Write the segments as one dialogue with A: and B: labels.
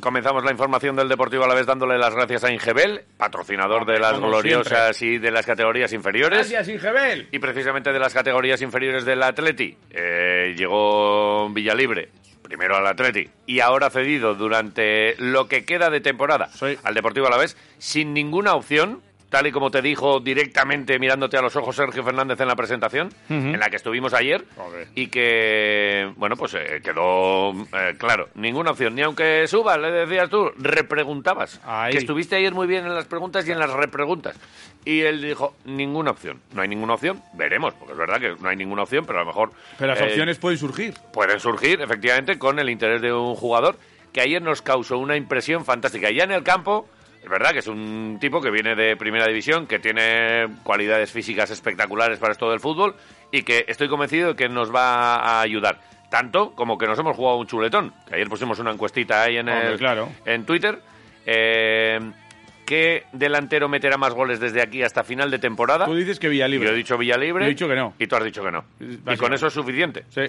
A: comenzamos la información del Deportivo a la vez dándole las gracias a Ingebel, patrocinador de las
B: Como
A: gloriosas y de las categorías inferiores.
B: Gracias, Ingebel.
A: Y precisamente de las categorías inferiores del Atleti. Eh, llegó Villalibre, primero al Atleti, y ahora cedido durante lo que queda de temporada
B: Sí.
A: al Deportivo a la vez, sin ninguna opción. Tal y como te dijo directamente mirándote a los ojos Sergio Fernández en la presentación, en la que estuvimos ayer,
B: Joder.
A: y que, bueno, pues eh, quedó eh, claro, ninguna opción. Ni aunque suba, le decías tú, repreguntabas.
B: Ahí.
A: Que estuviste ayer muy bien en las preguntas y en las repreguntas. Y él dijo, ninguna opción. No hay ninguna opción, veremos, porque es verdad que no hay ninguna opción, pero a lo mejor...
B: Pero las
A: eh,
B: opciones pueden surgir.
A: pueden surgir, efectivamente, con el interés de un jugador que ayer nos causó una impresión fantástica. Ya en el campo, es verdad que es un tipo que viene de primera división, que tiene cualidades físicas espectaculares para esto del fútbol y que estoy convencido de que nos va a ayudar. Tanto como que nos hemos jugado un chuletón. que Ayer pusimos una encuestita ahí en,
B: Hombre,
A: el-
B: claro.
A: en Twitter. Eh, ¿Qué delantero meterá más goles desde aquí hasta final de temporada?
B: Tú dices que Villalibre.
A: Yo he dicho Villalibre.
B: Yo he dicho que no.
A: Y tú has dicho que no. Y con
B: Básicamente.
A: eso es suficiente.
B: Sí,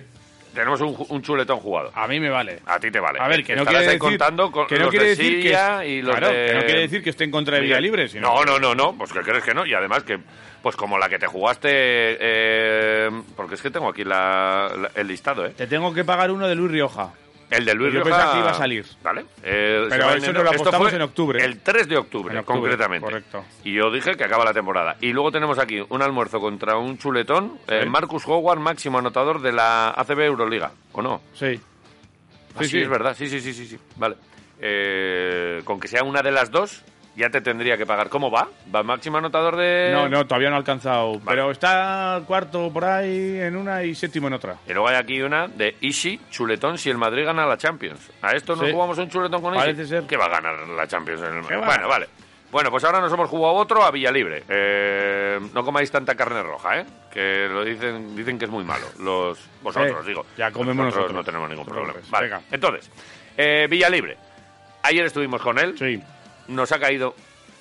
A: Tenemos un, ju- un chuletón jugado.
B: a mí me vale.
A: A ti te vale.
B: A ver, que no
A: Estarás
B: quiere
A: ahí
B: decir
A: contando con
B: que no
A: los
B: quiere
A: de
B: decir que
A: Silla y los
B: claro,
A: de-
B: que no quiere decir que esté en contra de
A: Miguel.
B: Villalibre, sino
A: No, no, no, no. Pues que crees que no. Y además que, pues como la que te jugaste, eh, porque es que tengo aquí la- la- el listado, ¿eh?
B: te tengo que pagar uno de Luis Rioja.
A: El de Luis
B: Yo
A: Rioja.
B: pensaba que iba a salir.
A: Vale. Eh, se
B: Pero
A: va
B: eso
A: enero.
B: nos lo
A: Esto
B: apostamos
A: fue
B: en octubre.
A: El 3 de octubre,
B: En octubre,
A: concretamente.
B: correcto.
A: Y yo dije que acaba la temporada. Y luego tenemos aquí un almuerzo contra un chuletón. eh, Marcus Howard, máximo anotador de la ACB Euroliga. ¿O no?
B: Sí. Sí,
A: Sí, sí, es verdad. Sí, sí, sí, sí, sí. Vale. Eh, con que sea una de las dos, ya te tendría que pagar. ¿Cómo va? ¿Va máximo anotador de...?
B: No, no, todavía no ha alcanzado.
A: Vale.
B: Pero está cuarto por ahí en una y séptimo en otra.
A: Y luego hay aquí una de Ishi, chuletón, si el Madrid gana la Champions. ¿A esto nos
B: Sí.
A: jugamos un chuletón con Ishi?
B: Parece ser.
A: Que va a ganar la Champions en el
B: Que va.
A: Bueno, vale. Bueno, pues ahora nos hemos jugado otro a Villalibre. Eh, no comáis tanta carne roja, ¿eh? Que lo dicen, dicen que es muy malo. Los vosotros,
B: Eh,
A: digo.
B: ya comemos nosotros.
A: No tenemos ningún problema.
B: Entonces,
A: Vale.
B: venga.
A: Entonces, eh, Villalibre. Ayer estuvimos con él.
B: Sí.
A: nos ha caído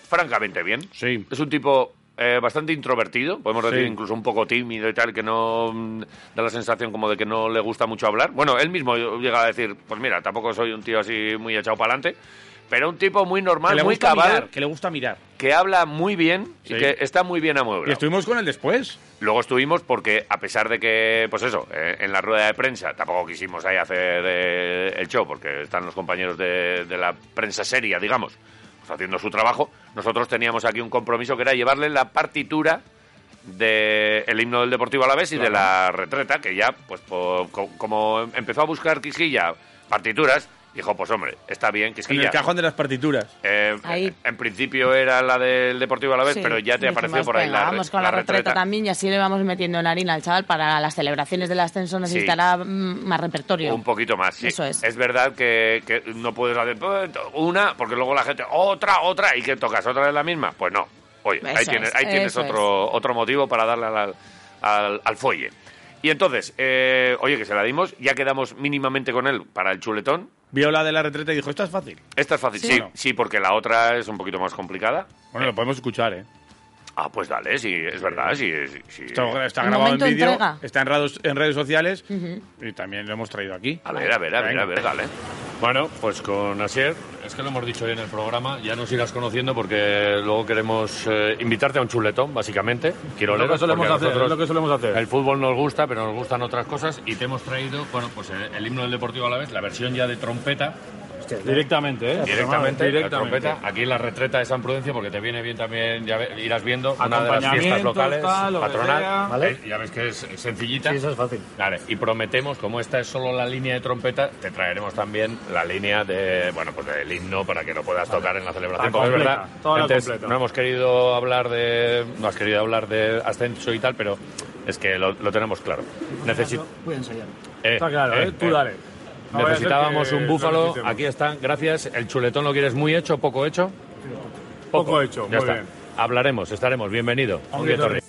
A: francamente bien.
B: Sí.
A: Es un tipo eh, bastante introvertido, podemos decir
B: Sí.
A: incluso un poco tímido y tal, que no mm, da la sensación como de que no le gusta mucho hablar. Bueno, él mismo llega a decir, pues mira, tampoco soy un tío así muy echado para adelante, pero un tipo muy
B: Que
A: normal,
B: le
A: muy
B: gusta
A: cabal,
B: mirar, que le gusta mirar.
A: que habla muy bien
B: Sí.
A: y que está muy bien
B: Y
A: amueblado.
B: estuvimos con él después.
A: Luego estuvimos porque, a pesar de que, pues eso, eh, en la rueda de prensa tampoco quisimos ahí hacer eh, el show, porque están los compañeros de, de la prensa seria, digamos, pues haciendo su trabajo, nosotros teníamos aquí un compromiso que era llevarle la partitura del himno del Deportivo a la vez y de la retreta, que ya, pues po- co- como empezó a buscar Quisquilla partituras, dijo, pues hombre, está bien,
B: En
A: Quisquilla.
B: el cajón de las partituras.
A: Eh,
C: Ahí.
A: En principio era la del Deportivo a la vez,
C: Sí,
A: pero ya te
C: dijimos,
A: apareció por ahí
C: venga,
A: la, re-
C: Vamos con la, retreta, también y así le vamos metiendo en harina al chaval para las celebraciones del ascenso necesitará mm, más repertorio.
A: Un poquito más, sí.
C: Eso es.
A: verdad que, que no puedes hacer eh, una, porque luego la gente, otra, otra, y que tocas otra vez la misma. Pues no. Oye, ahí
C: Eso
A: tienes,
C: es,
A: ahí tienes
C: eso
A: otro, otro motivo para darle al, al, al folle. Y entonces, eh, oye, que se la dimos, ya quedamos mínimamente con él para el chuletón.
B: Vio la de la retreta y dijo, esta es fácil.
A: Esta es fácil, sí,
C: Sí.
A: sí,
B: Bueno.
A: porque la otra es un poquito más complicada.
B: Bueno, lo podemos escuchar, ¿eh?
A: Ah, pues dale, sí, es verdad, sí. sí, sí.
B: Está, está
C: En
B: grabado en
C: momento
B: vídeo,
C: entrega.
B: está en, rados- en redes sociales y también lo hemos traído aquí.
A: A ver, a ver, a ver, a ver,
B: Venga.
A: dale. Bueno, pues con Asier, es que lo hemos dicho hoy en el programa, ya nos irás conociendo porque luego queremos eh, invitarte a un chuletón, básicamente. Quiero
D: Lo que solemos hacer, es lo que solemos hacer.
A: El fútbol nos gusta, pero eh, nos gustan otras cosas y te hemos traído, bueno, pues el, el himno del Deportivo a la vez, la versión ya de trompeta.
E: Sánchez. ¿eh?
D: Directamente, ¿eh?
A: Directamente, la
D: Directamente.
A: trompeta. Aquí en la retreta de San Prudencio, porque te viene bien también, ya ve- irás viendo, una de las
D: Acompañamientos,
A: fiestas locales,
D: tal, lo que sea.
A: patronal.
E: Vale.
A: Eh, Ya ves que es es sencillita.
E: Sí, eso es fácil.
A: Vale, y prometemos, como esta es solo la línea de trompeta, te traeremos también la línea de, bueno, pues del himno para que lo puedas tocar en la celebración.
D: La
A: porque
D: Ah, completa,
A: es verdad,
D: toda la
A: antes
D: completa.
A: no hemos querido hablar de, no has querido hablar de ascenso y tal, pero es que lo, lo tenemos claro. Necesi-
E: Voy a ensayar.
A: eh,
D: Está claro, ¿eh?
A: eh,
D: Tú
A: eh.
D: dale. No vaya a ser
A: Necesitábamos
D: que
A: un
D: no
A: búfalo.
D: necesitemos.
A: Aquí está, gracias. El chuletón lo quieres muy hecho, poco hecho.
D: Poco hecho,
A: ya
D: muy
A: está.
D: bien.
A: Hablaremos, estaremos. Bienvenido.
D: Un
A: Uriel
D: Torres.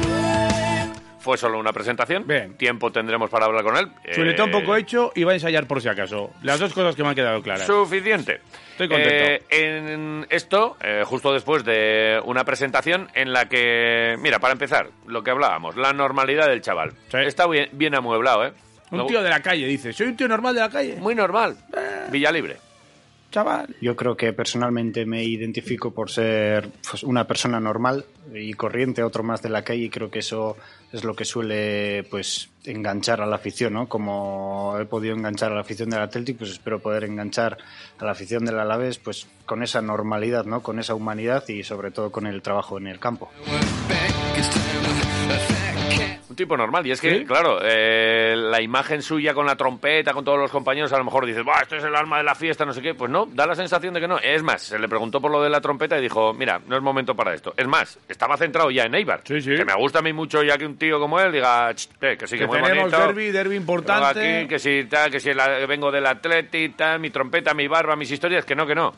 A: Torres. Fue solo una presentación.
B: Bien.
A: Tiempo tendremos para hablar con él.
B: Chuletón
A: Eh,
B: poco hecho y va a ensayar por si acaso. Las dos cosas que me han quedado claras.
A: Suficiente.
B: Estoy contento.
A: Eh, en esto, eh, justo después de una presentación en la que, mira, para empezar, lo que hablábamos, la normalidad del chaval.
B: Sí.
A: Está bien, bien amueblado, ¿eh?
B: Un
A: No-
B: tío de Eh. la calle, dice. Soy un tío normal de la calle,
A: Muy normal. Villalibre.
B: chaval.
F: Yo creo que personalmente me identifico por ser pues, una persona normal y corriente, otro más de la calle, y creo que eso es lo que suele pues enganchar a la afición, ¿no? Como he podido enganchar a la afición del Atlético, pues espero poder enganchar a la afición del Alavés pues con esa normalidad, ¿no? Con esa humanidad y sobre todo con el trabajo en el campo.
A: Un tipo normal. Y es que, claro, eh, la imagen suya con la trompeta, con todos los compañeros, a lo mejor dices, "Buah, esto es el alma de la fiesta, no sé qué. Pues no, da la sensación de que no. Es más, se le preguntó por lo de la trompeta y dijo, mira, no es momento para esto. Es más, estaba centrado ya en Eibar.
B: Sí, sí.
A: Que me gusta a mí mucho ya que un tío como él diga, "Ch, eh, que sí, que,
B: Que
A: muy
B: tenemos
A: bonito".
B: derbi, derbi
A: Que vengo
B: importante.
A: aquí, que si, tal, que si la- vengo del Atleti, tal, mi trompeta, mi barba, mis historias, que no, que no.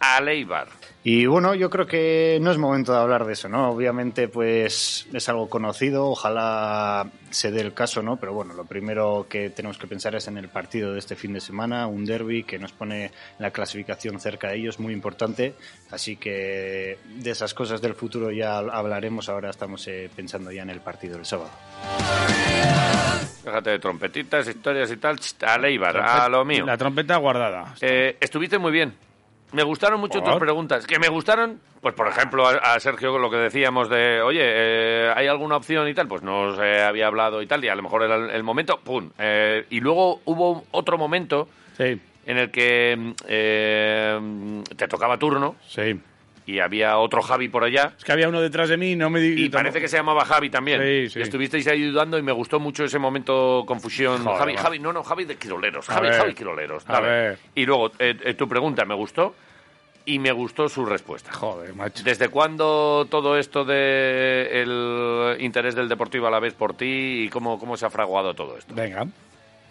A: Al Eibar.
F: Y bueno, yo creo que no es momento de hablar de eso, ¿no? Obviamente, pues es algo conocido, ojalá se dé el caso, ¿no? Pero bueno, lo primero que tenemos que pensar es en el partido de este fin de semana, un derby que nos pone la clasificación cerca de ellos, muy importante. Así que de esas cosas del futuro ya hablaremos, ahora estamos eh, pensando ya en el partido del sábado.
A: Fíjate de trompetitas, historias y tal. Ch, Al Eibar, a lo mío.
B: La trompeta guardada.
A: Eh, estuviste muy bien. Me gustaron mucho
B: ¿Por?
A: tus preguntas. Que me gustaron, pues por ejemplo, a, a Sergio lo que decíamos de, oye, eh, ¿hay alguna opción y tal? Pues no se había hablado y tal, y a lo mejor era el, el momento, ¡pum! Eh, y luego hubo otro momento
B: Sí,
A: en el que mm, eh, mm, te tocaba turno
B: sí.
A: y había otro Javi por allá.
B: Es que había uno detrás de mí y no me di-
A: Y parece que se llamaba Javi también.
B: Sí, sí.
A: Y estuvisteis ayudando y me gustó mucho ese momento confusión.
B: Joder,
A: Javi,
B: va.
A: Javi, no, no, Javi de Quiroleros.
B: A
A: Javi,
B: ver.
A: Javi Quiroleros.
B: A
A: dale.
B: ver.
A: Y luego, eh, eh, tu pregunta me gustó y me gustó su respuesta.
B: Joder, macho.
A: ¿Desde cuándo todo esto de el interés del deportivo a la vez por ti y cómo, cómo se ha fraguado todo esto?
B: Venga.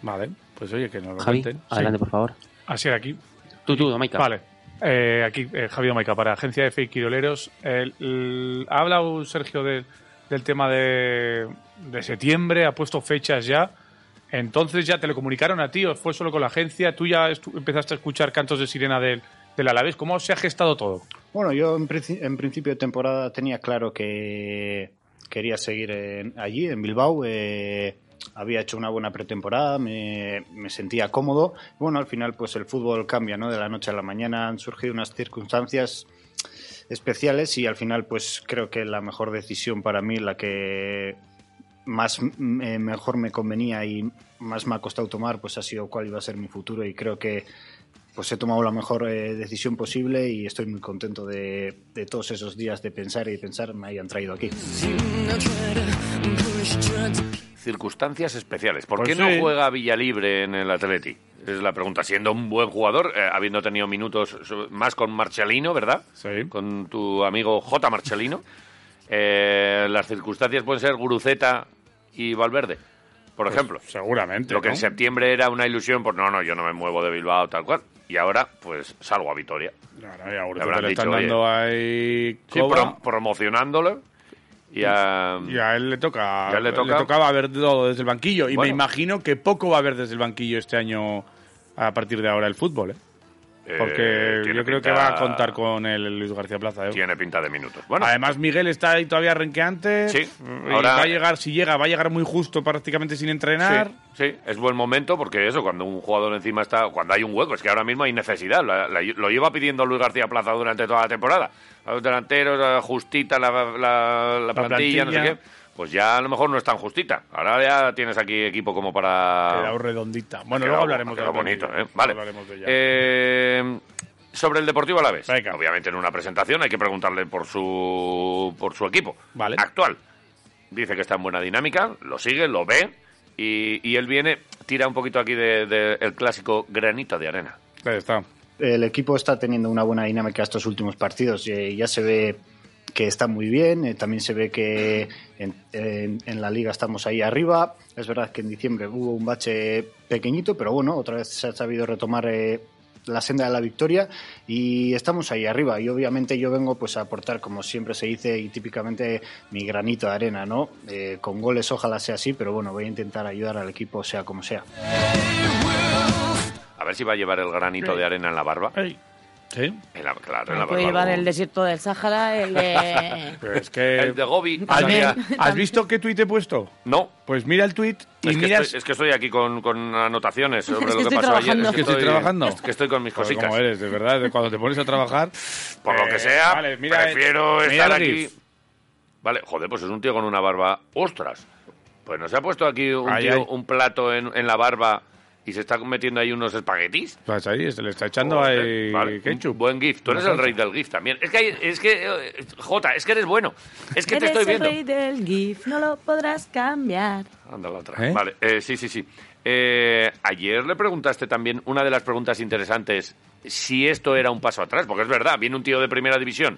B: Vale. Pues oye, que nos lo
G: Javi,
B: cuenten. Sí.
G: adelante, por favor.
H: Así de aquí.
G: Tú, tú, Domaica.
H: Vale. Eh, aquí, eh, Javier Maica, para Agencia de Fake Quiroleros. El- el- ha hablado Sergio de- del tema de, de septiembre, ha puesto fechas ya. Entonces ya te lo comunicaron a ti, o fue solo con la agencia, tú ya estu- empezaste a escuchar cantos de sirena del, del Alavés. ¿Cómo se ha gestado todo?
F: Bueno, yo en, princi- en principio de temporada tenía claro que quería seguir en- allí, en Bilbao. eh, había hecho una buena pretemporada, me, me sentía cómodo. Bueno, al final pues el fútbol cambia, ¿no? De la noche a la mañana han surgido unas circunstancias especiales y al final pues creo que la mejor decisión para mí, la que más mm, eh, mejor me convenía y más me ha costado tomar, pues ha sido cuál iba a ser mi futuro y creo que pues he tomado la mejor eh, decisión posible y estoy muy contento de, de todos esos días de pensar y pensar me hayan traído aquí.
A: Circunstancias especiales. ¿Por
B: Pues
A: qué no
B: sí.
A: juega Villalibre en el Atleti? Es la pregunta. Siendo un buen jugador, eh, habiendo tenido minutos so- más con Marchelino, ¿verdad?
B: Sí.
A: Con tu amigo J. Marchelino. Eh, las circunstancias pueden ser Guruceta y Valverde, por ejemplo.
B: Seguramente.
A: Lo que
B: Pues ¿no?
A: en septiembre era una ilusión, pues no, no, yo no me muevo de Bilbao, tal cual. Y ahora, pues salgo a Vitoria.
B: Ahora ya, Guruceta
A: habrán
B: le están
A: dicho, oye.
B: dando ahí.
A: Sí, mm,
B: coba.
A: prom- promocionándolo y ah, a,
B: Y a él le toca,
A: Y a él le toca.
B: tocaba haber todo desde el banquillo. Y me
A: Bueno.
B: imagino que poco va a haber desde el banquillo este año a partir de ahora el fútbol, ¿eh?
A: eh,
B: Porque
A: tiene
B: yo creo que
A: pinta-
B: va a contar con el Luis García Plaza. ¿eh?
A: Tiene pinta de minutos. Bueno,
B: Además, Miguel está ahí todavía renqueante.
A: Sí,
B: Y
A: ahora-
B: va a llegar, si llega, va a llegar muy justo, prácticamente sin entrenar.
A: sí, sí, es buen momento porque eso, cuando un jugador encima está, cuando hay un hueco, es que ahora mismo hay necesidad. La- la- lo lleva pidiendo Luis García Plaza durante toda la temporada. a los delanteros, a justita la, la- la plantilla, no sé
B: plantilla.
A: qué. Pues ya a lo mejor no es tan justita. Ahora ya tienes aquí equipo como para...
B: Quedado redondita.
A: Ah.
B: Bueno,
A: Ha
B: luego
A: quedado-
B: hablaremos
A: ha
B: de
A: quedado
B: la
A: bonito,
B: plantilla.
A: ¿eh? Vale.
B: Hablaremos de ella.
A: Eh, sobre el Deportivo Alavés.
B: Venga.
A: Obviamente en una presentación hay que preguntarle por su por su equipo
B: Vale.
A: actual. Dice que está en buena dinámica, lo sigue, lo ve y, y él viene, tira un poquito aquí del de, el clásico granito de arena.
B: Ahí está.
F: el equipo está teniendo una buena dinámica estos últimos partidos. Eh, ya se ve que está muy bien, eh, también se ve que en, en- en la liga estamos ahí arriba. Es verdad que en diciembre hubo un bache pequeñito, pero bueno, otra vez se ha sabido retomar eh, la senda de la victoria y estamos ahí arriba. Y obviamente yo vengo pues a aportar, como siempre se dice y típicamente, mi granito de arena, ¿no? Eh, con goles ojalá sea así, pero bueno, voy a intentar ayudar al equipo sea como sea.
A: A ver si va a llevar el granito de arena en la barba.
B: Ey. Sí.
A: En la, claro, en la
C: Me Puede
A: barba
C: llevar
A: algo.
C: el desierto del Sáhara, el de...
B: Pero pues es que.
A: El de Gobi.
B: ¿Has,
C: También.
A: todavía-
B: vi- ¿Has visto qué tuit he puesto?
A: No.
B: Pues mira el tuit y
A: Es que,
B: miras.
A: estoy, es que estoy aquí con, con anotaciones sobre
C: Es que
A: lo que
C: estoy
A: pasó ayer.
C: trabajando.
B: Es que estoy trabajando.
A: Es que estoy con mis
B: Joder,
A: cositas.
B: cómo eres, de verdad, de cuando te pones a trabajar.
A: Por lo
B: Eh,
A: que sea,
B: vale, mira,
A: prefiero
B: eh, mira
A: estar
B: el
A: aquí.
B: GIF.
A: Vale, joder, pues es un tío con una barba. ¡Ostras! Pues nos ha puesto aquí un,
B: Ay,
A: tío,
B: ay.
A: un plato en, en la barba y se está metiendo ahí unos espaguetis.
B: Pues ahí se le está echando
A: Joder,
B: ahí
A: vale,
B: ketchup.
A: un Buen GIF. Tú eres el rey del GIF también. Es que, hay- es que eh, Jota, es que eres bueno. Es que te
C: Eres
A: estoy
C: el
A: viendo.
C: rey del GIF, no lo podrás cambiar.
A: Anda la otra.
B: ¿Eh?
A: Vale, eh, sí, sí, sí. Eh, ayer le preguntaste también una de las preguntas interesantes si esto era un paso atrás, porque es verdad, viene un tío de primera división,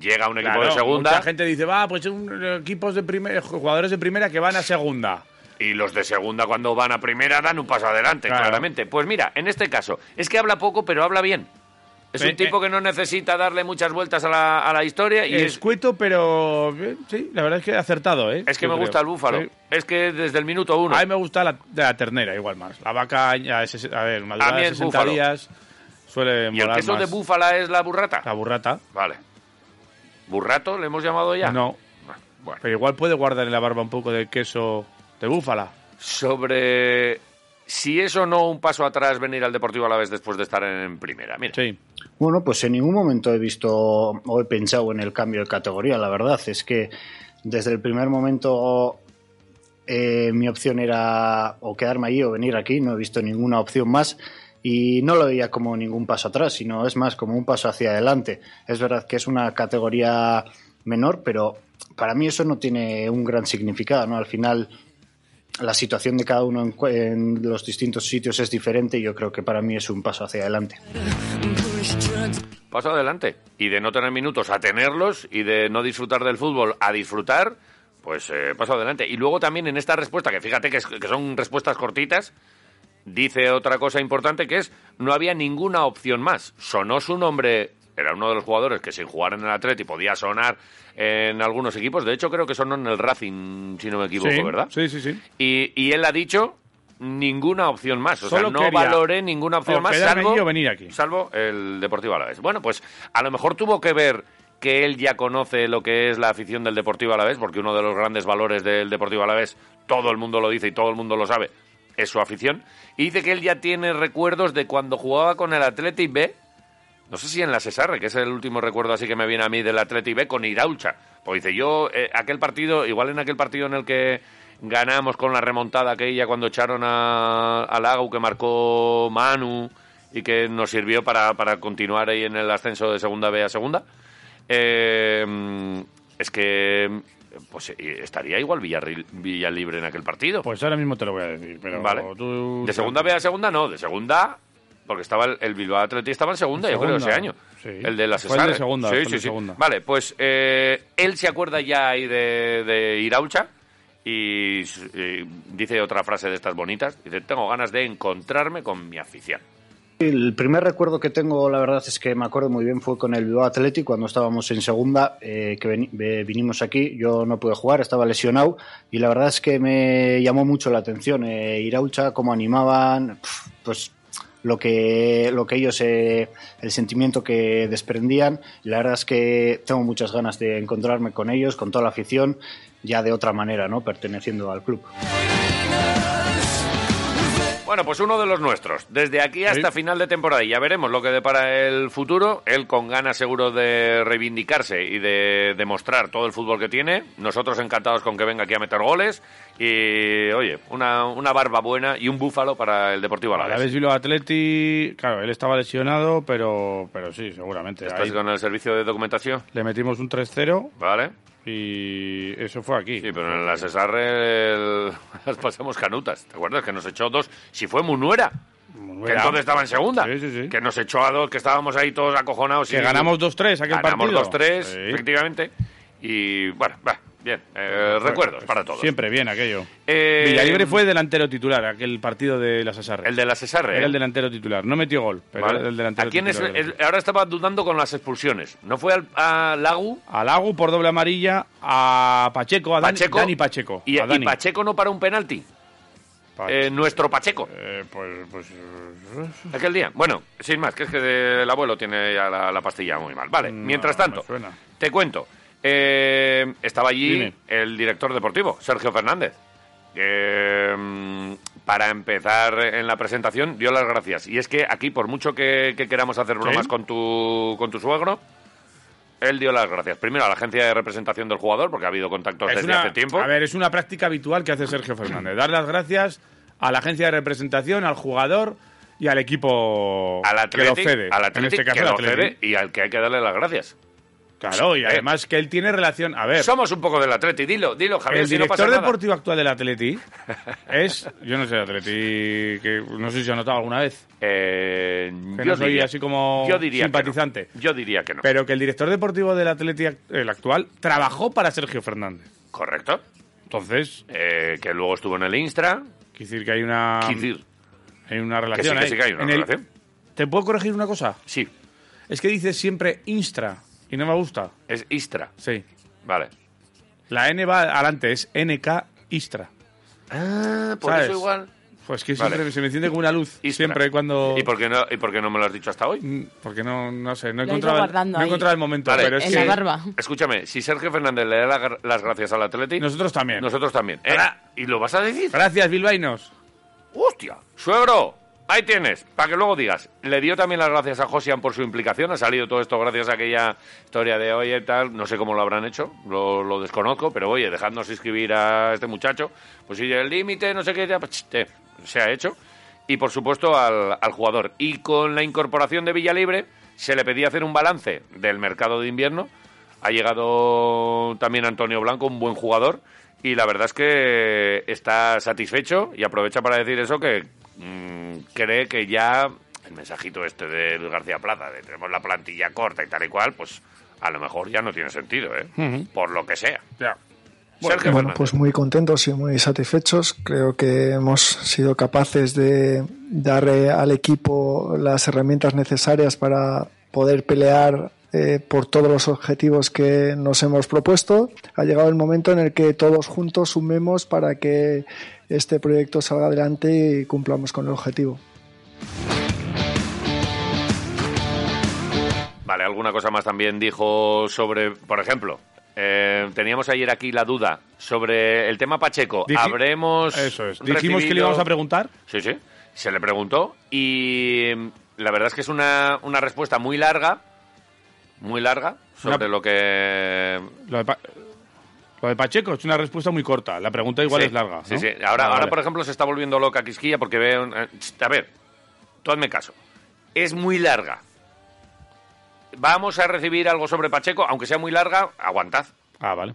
A: llega a un equipo de
B: Claro,
A: segunda.
B: Mucha gente dice, va, pues un, equipos de primer, jugadores de primera que van a segunda.
A: Y los de segunda, cuando van a primera, dan un paso adelante,
B: Claro.
A: claramente. Pues mira, en este caso, es que habla poco, pero habla bien. Es
B: Eh,
A: un tipo
B: eh.
A: que no necesita darle muchas vueltas a la, a la historia y es,
B: Escueto, pero eh, sí, la verdad es que acertado, ¿eh?
A: es que
B: Yo
A: me
B: creo.
A: gusta el búfalo.
B: Sí.
A: Es que desde el minuto uno.
B: A mí me gusta la, de la ternera, igual más. La vaca, ya, es- a ver,
A: A
B: madurada
A: mí
B: de
A: el
B: 60
A: búfalo.
B: días suele
A: ¿Y el
B: molar
A: queso
B: más.
A: de búfala es la burrata?
B: La burrata,
A: Vale. ¿Burrato le hemos llamado ya? Ah,
B: no.
A: Bueno.
B: Pero igual puede guardar en la barba un poco de queso de búfala.
A: Sobre si es o no un paso atrás venir al Deportivo a la vez después de estar en primera. Mira.
B: Sí.
F: Bueno, pues en ningún momento he visto o he pensado en el cambio de categoría, la verdad. Es que desde el primer momento eh, mi opción era o quedarme allí o venir aquí, no he visto ninguna opción más y no lo veía como ningún paso atrás, sino es más como un paso hacia adelante. Es verdad que es una categoría menor, pero para mí eso no tiene un gran significado, ¿no? Al final la situación de cada uno en, cu- en los distintos sitios es diferente y yo creo que para mí es un paso hacia adelante.
A: Paso adelante. Y de no tener minutos a tenerlos y de no disfrutar del fútbol a disfrutar, pues eh, paso adelante. Y luego también en esta respuesta, que fíjate que, es- que son respuestas cortitas, dice otra cosa importante que es no había ninguna opción más. Sonó su nombre, era uno de los jugadores que sin jugar en el Atleti podía sonar en algunos equipos. De hecho creo que sonó en el Racing, si no me equivoco,
B: sí,
A: ¿verdad?
B: Sí, sí, sí.
A: Y, y él ha dicho ninguna opción más. O
B: Solo
A: sea, no
B: quería
A: valoré ninguna opción
B: o
A: más
B: quedarme
A: salvo,
B: allí o venir aquí.
A: salvo el Deportivo Alavés. Bueno, pues a lo mejor tuvo que ver que él ya conoce lo que es la afición del Deportivo Alavés, porque uno de los grandes valores del Deportivo Alavés, todo el mundo lo dice y todo el mundo lo sabe, es su afición. Y dice que él ya tiene recuerdos de cuando jugaba con el Atleti B, no sé si en la Cesarre, que es el último recuerdo así que me viene a mí del Atleti B con Iraucha. Pues dice, yo, eh, aquel partido, igual en aquel partido en el que ganamos con la remontada aquella cuando echaron a, a Lago que marcó Manu y que nos sirvió para, para continuar ahí en el ascenso de segunda B a segunda. eh, mm, es que pues eh, estaría igual Villarri- Villalibre en aquel partido.
B: Pues ahora mismo te lo voy a decir. Pero
A: Vale.
B: tú-
A: De segunda B a segunda no, de segunda porque estaba el, el Bilbao Atleti estaba en segunda, yo creo ese
B: Segunda,
A: año.
B: sí.
A: El de la
B: Fue el
A: Cesar.
B: de segunda,
A: Sí,
B: fue el
A: sí,
B: de
A: sí.
B: segunda.
A: Vale, pues eh, él se acuerda ya ahí de, de Iraucha y, s- y dice otra frase de estas bonitas, dice, "Tengo ganas de encontrarme con mi afición."
F: El primer recuerdo que tengo, la verdad es que me acuerdo muy bien, fue con el Bilbao Athletic cuando estábamos en segunda, eh, que veni- ve- vinimos aquí, yo no pude jugar, estaba lesionado y la verdad es que me llamó mucho la atención eh, Iraucha, cómo animaban, pf, pues lo que, lo que ellos, eh, el sentimiento que desprendían. y La verdad es que tengo muchas ganas de encontrarme con ellos, con toda la afición, ya de otra manera, ¿no? Perteneciendo al club.
A: Bueno, pues uno de los nuestros. Desde aquí hasta final de temporada. Y ya veremos lo que depara el futuro. Él con ganas seguro de reivindicarse y de demostrar todo el fútbol que tiene. Nosotros encantados con que venga aquí a meter goles. Y, oye, una, una barba buena y un búfalo para el Deportivo
B: A la
A: Alavés.
B: vez Bilbao Atleti, claro, él estaba lesionado, pero, pero sí, seguramente.
A: ¿Estás
B: Ahí
A: con el servicio de documentación?
B: Le metimos un 3-0
A: ¿Vale?
B: y eso fue aquí.
A: Sí, pero en la Cesarre el- las pasamos canutas. ¿Te acuerdas que nos echó dos? Si fue Munuera, que
B: Ah,
A: entonces estaba en segunda.
B: Sí, sí, sí.
A: Que nos echó a dos, que estábamos ahí todos acojonados.
B: Que
A: y-
B: ganamos 2-3 aquel
A: Ganamos
B: partido.
A: 2-3,
B: Sí.
A: efectivamente. Y bueno, va, bien. Eh, recuerdos para todos.
B: pues, Siempre bien aquello.
A: Eh,
B: Villalibre fue delantero titular aquel partido de la Sasarre.
A: El de la Cesarre.
B: Era el delantero titular. No metió gol, pero
A: ¿vale?
B: era el delantero
A: ¿A quién es
B: titular.
A: el- ahora estaba dudando con las expulsiones. ¿No fue al, a Lagu?
B: A Lagu por doble amarilla, a Pacheco, a Dan-
A: Pacheco.
B: Dani Pacheco.
A: Y,
B: a
A: y
B: Dani.
A: Pacheco no para un penalti.
B: Pa-
A: Eh, nuestro Pacheco.
B: eh, pues, pues, eh,
A: Aquel día. Bueno, sin más, que es que el abuelo tiene ya la, la pastilla muy mal. Vale,
B: No,
A: mientras tanto,
B: me suena.
A: te cuento. Eh, estaba allí
B: Dime.
A: el director deportivo, Sergio Fernández. que, mm, para empezar en la presentación, dio las gracias. Y es que aquí, por mucho que, que queramos hacer bromas con, tu, con tu suegro, él dio las gracias. Primero a la agencia de representación del jugador, porque ha habido contactos
B: es
A: desde
B: una-
A: hace tiempo.
B: A ver, es una práctica habitual que hace Sergio Fernández. Dar las gracias a la agencia de representación, al jugador y al equipo
A: al Athletic,
B: que lo cede.
A: al
B: en
A: Athletic
B: este caso,
A: que
B: al
A: lo
B: Athletic.
A: cede y al que hay que darle las gracias.
B: Claro, y
A: Eh.
B: además que él tiene relación. A ver,
A: Somos un poco del Atleti, dilo, dilo, Javier,
B: el
A: si no
B: director
A: pasa nada.
B: deportivo actual del Atleti es. Yo no sé, Atleti. Que, no sé si se ha notado alguna vez.
A: Eh,
B: Que
A: yo
B: no soy
A: diría-
B: así como
A: yo diría que no.
B: simpatizante.
A: Yo diría que no.
B: Pero que el director deportivo del Atleti, act- el actual, trabajó para Sergio Fernández.
A: Correcto.
B: Entonces,
A: Eh, que luego estuvo en el Instra.
B: quiere decir que hay una,
A: Quiero decir,
B: hay una
A: que sí,
B: relación.
A: que
B: ahí.
A: sí que hay una
B: En el-
A: relación.
B: ¿Te puedo corregir una cosa?
A: Sí,
B: Es que dices siempre Instra y no me gusta.
A: es Istra.
B: Sí.
A: Vale.
B: La N va adelante, es NK Istra.
A: Ah, por
B: ¿Sabes?
A: eso igual.
B: Pues que
A: Vale.
B: siempre se me enciende como una luz.
A: Istra.
B: Siempre cuando.
A: ¿Y por, qué no, ¿Y por qué no me lo has dicho hasta hoy?
B: Mm, Porque no, no sé, no he
C: Lo he ido
B: encontrado, el-
C: guardando
B: no he
C: ahí.
B: encontrado el momento.
A: Vale.
B: Pero es
C: en
B: que
C: la barba.
A: Escúchame, si Sergio Fernández le da la gra- las gracias al Atleti,
B: nosotros también.
A: nosotros también. ¿eh?
B: Ahora-
A: ¿Y lo vas a decir?
B: Gracias, Bilbainos.
A: ¡Hostia! Suegro, ahí tienes, para que luego digas. Le dio también las gracias a Josian por su implicación. Ha salido todo esto gracias a aquella historia de oye, tal. No sé cómo lo habrán hecho, lo, lo desconozco, pero oye, dejadnos inscribir a este muchacho. Pues sigue el límite, no sé qué, ya, pues, eh, se ha hecho. Y por supuesto al, al jugador. Y con la incorporación de Villalibre, se le pedía hacer un balance del mercado de invierno. Ha llegado también Antonio Blanco, un buen jugador, y la verdad es que está satisfecho y aprovecha para decir eso que mm, cree que ya el mensajito este de Luis García Plaza, de tenemos la plantilla corta y tal y cual, pues a lo mejor ya no tiene sentido, ¿eh? Por lo que sea. Sergio
E: Bueno,
A: Fernández.
E: pues muy contentos y muy satisfechos. Creo que hemos sido capaces de dar eh, al equipo las herramientas necesarias para poder pelear eh, por todos los objetivos que nos hemos propuesto. Ha llegado el momento en el que todos juntos sumemos para que este proyecto salga adelante y cumplamos con el objetivo.
A: Vale, alguna cosa más también dijo sobre, por ejemplo, eh, teníamos ayer aquí la duda sobre el tema Pacheco.
B: Diji-
A: Habremos.
B: Eso es. Dijimos que le
A: recibido-
B: íbamos a preguntar.
A: Sí, sí. Se le preguntó y mm, la verdad es que es una, una respuesta muy larga, muy larga, sobre
B: Una-
A: lo que...
B: Lo de, Pa- lo de Pacheco es una respuesta muy corta. La pregunta igual
A: Sí,
B: es larga.
A: Sí,
B: ¿no?
A: sí. Ahora,
B: Ah,
A: ahora,
B: vale.
A: por ejemplo, se está volviendo loca Quisquilla porque ve... un- eh, ch, A ver, tú hazme caso. Es muy larga. Vamos a recibir algo sobre Pacheco, aunque sea muy larga, aguantad.
B: Ah, vale.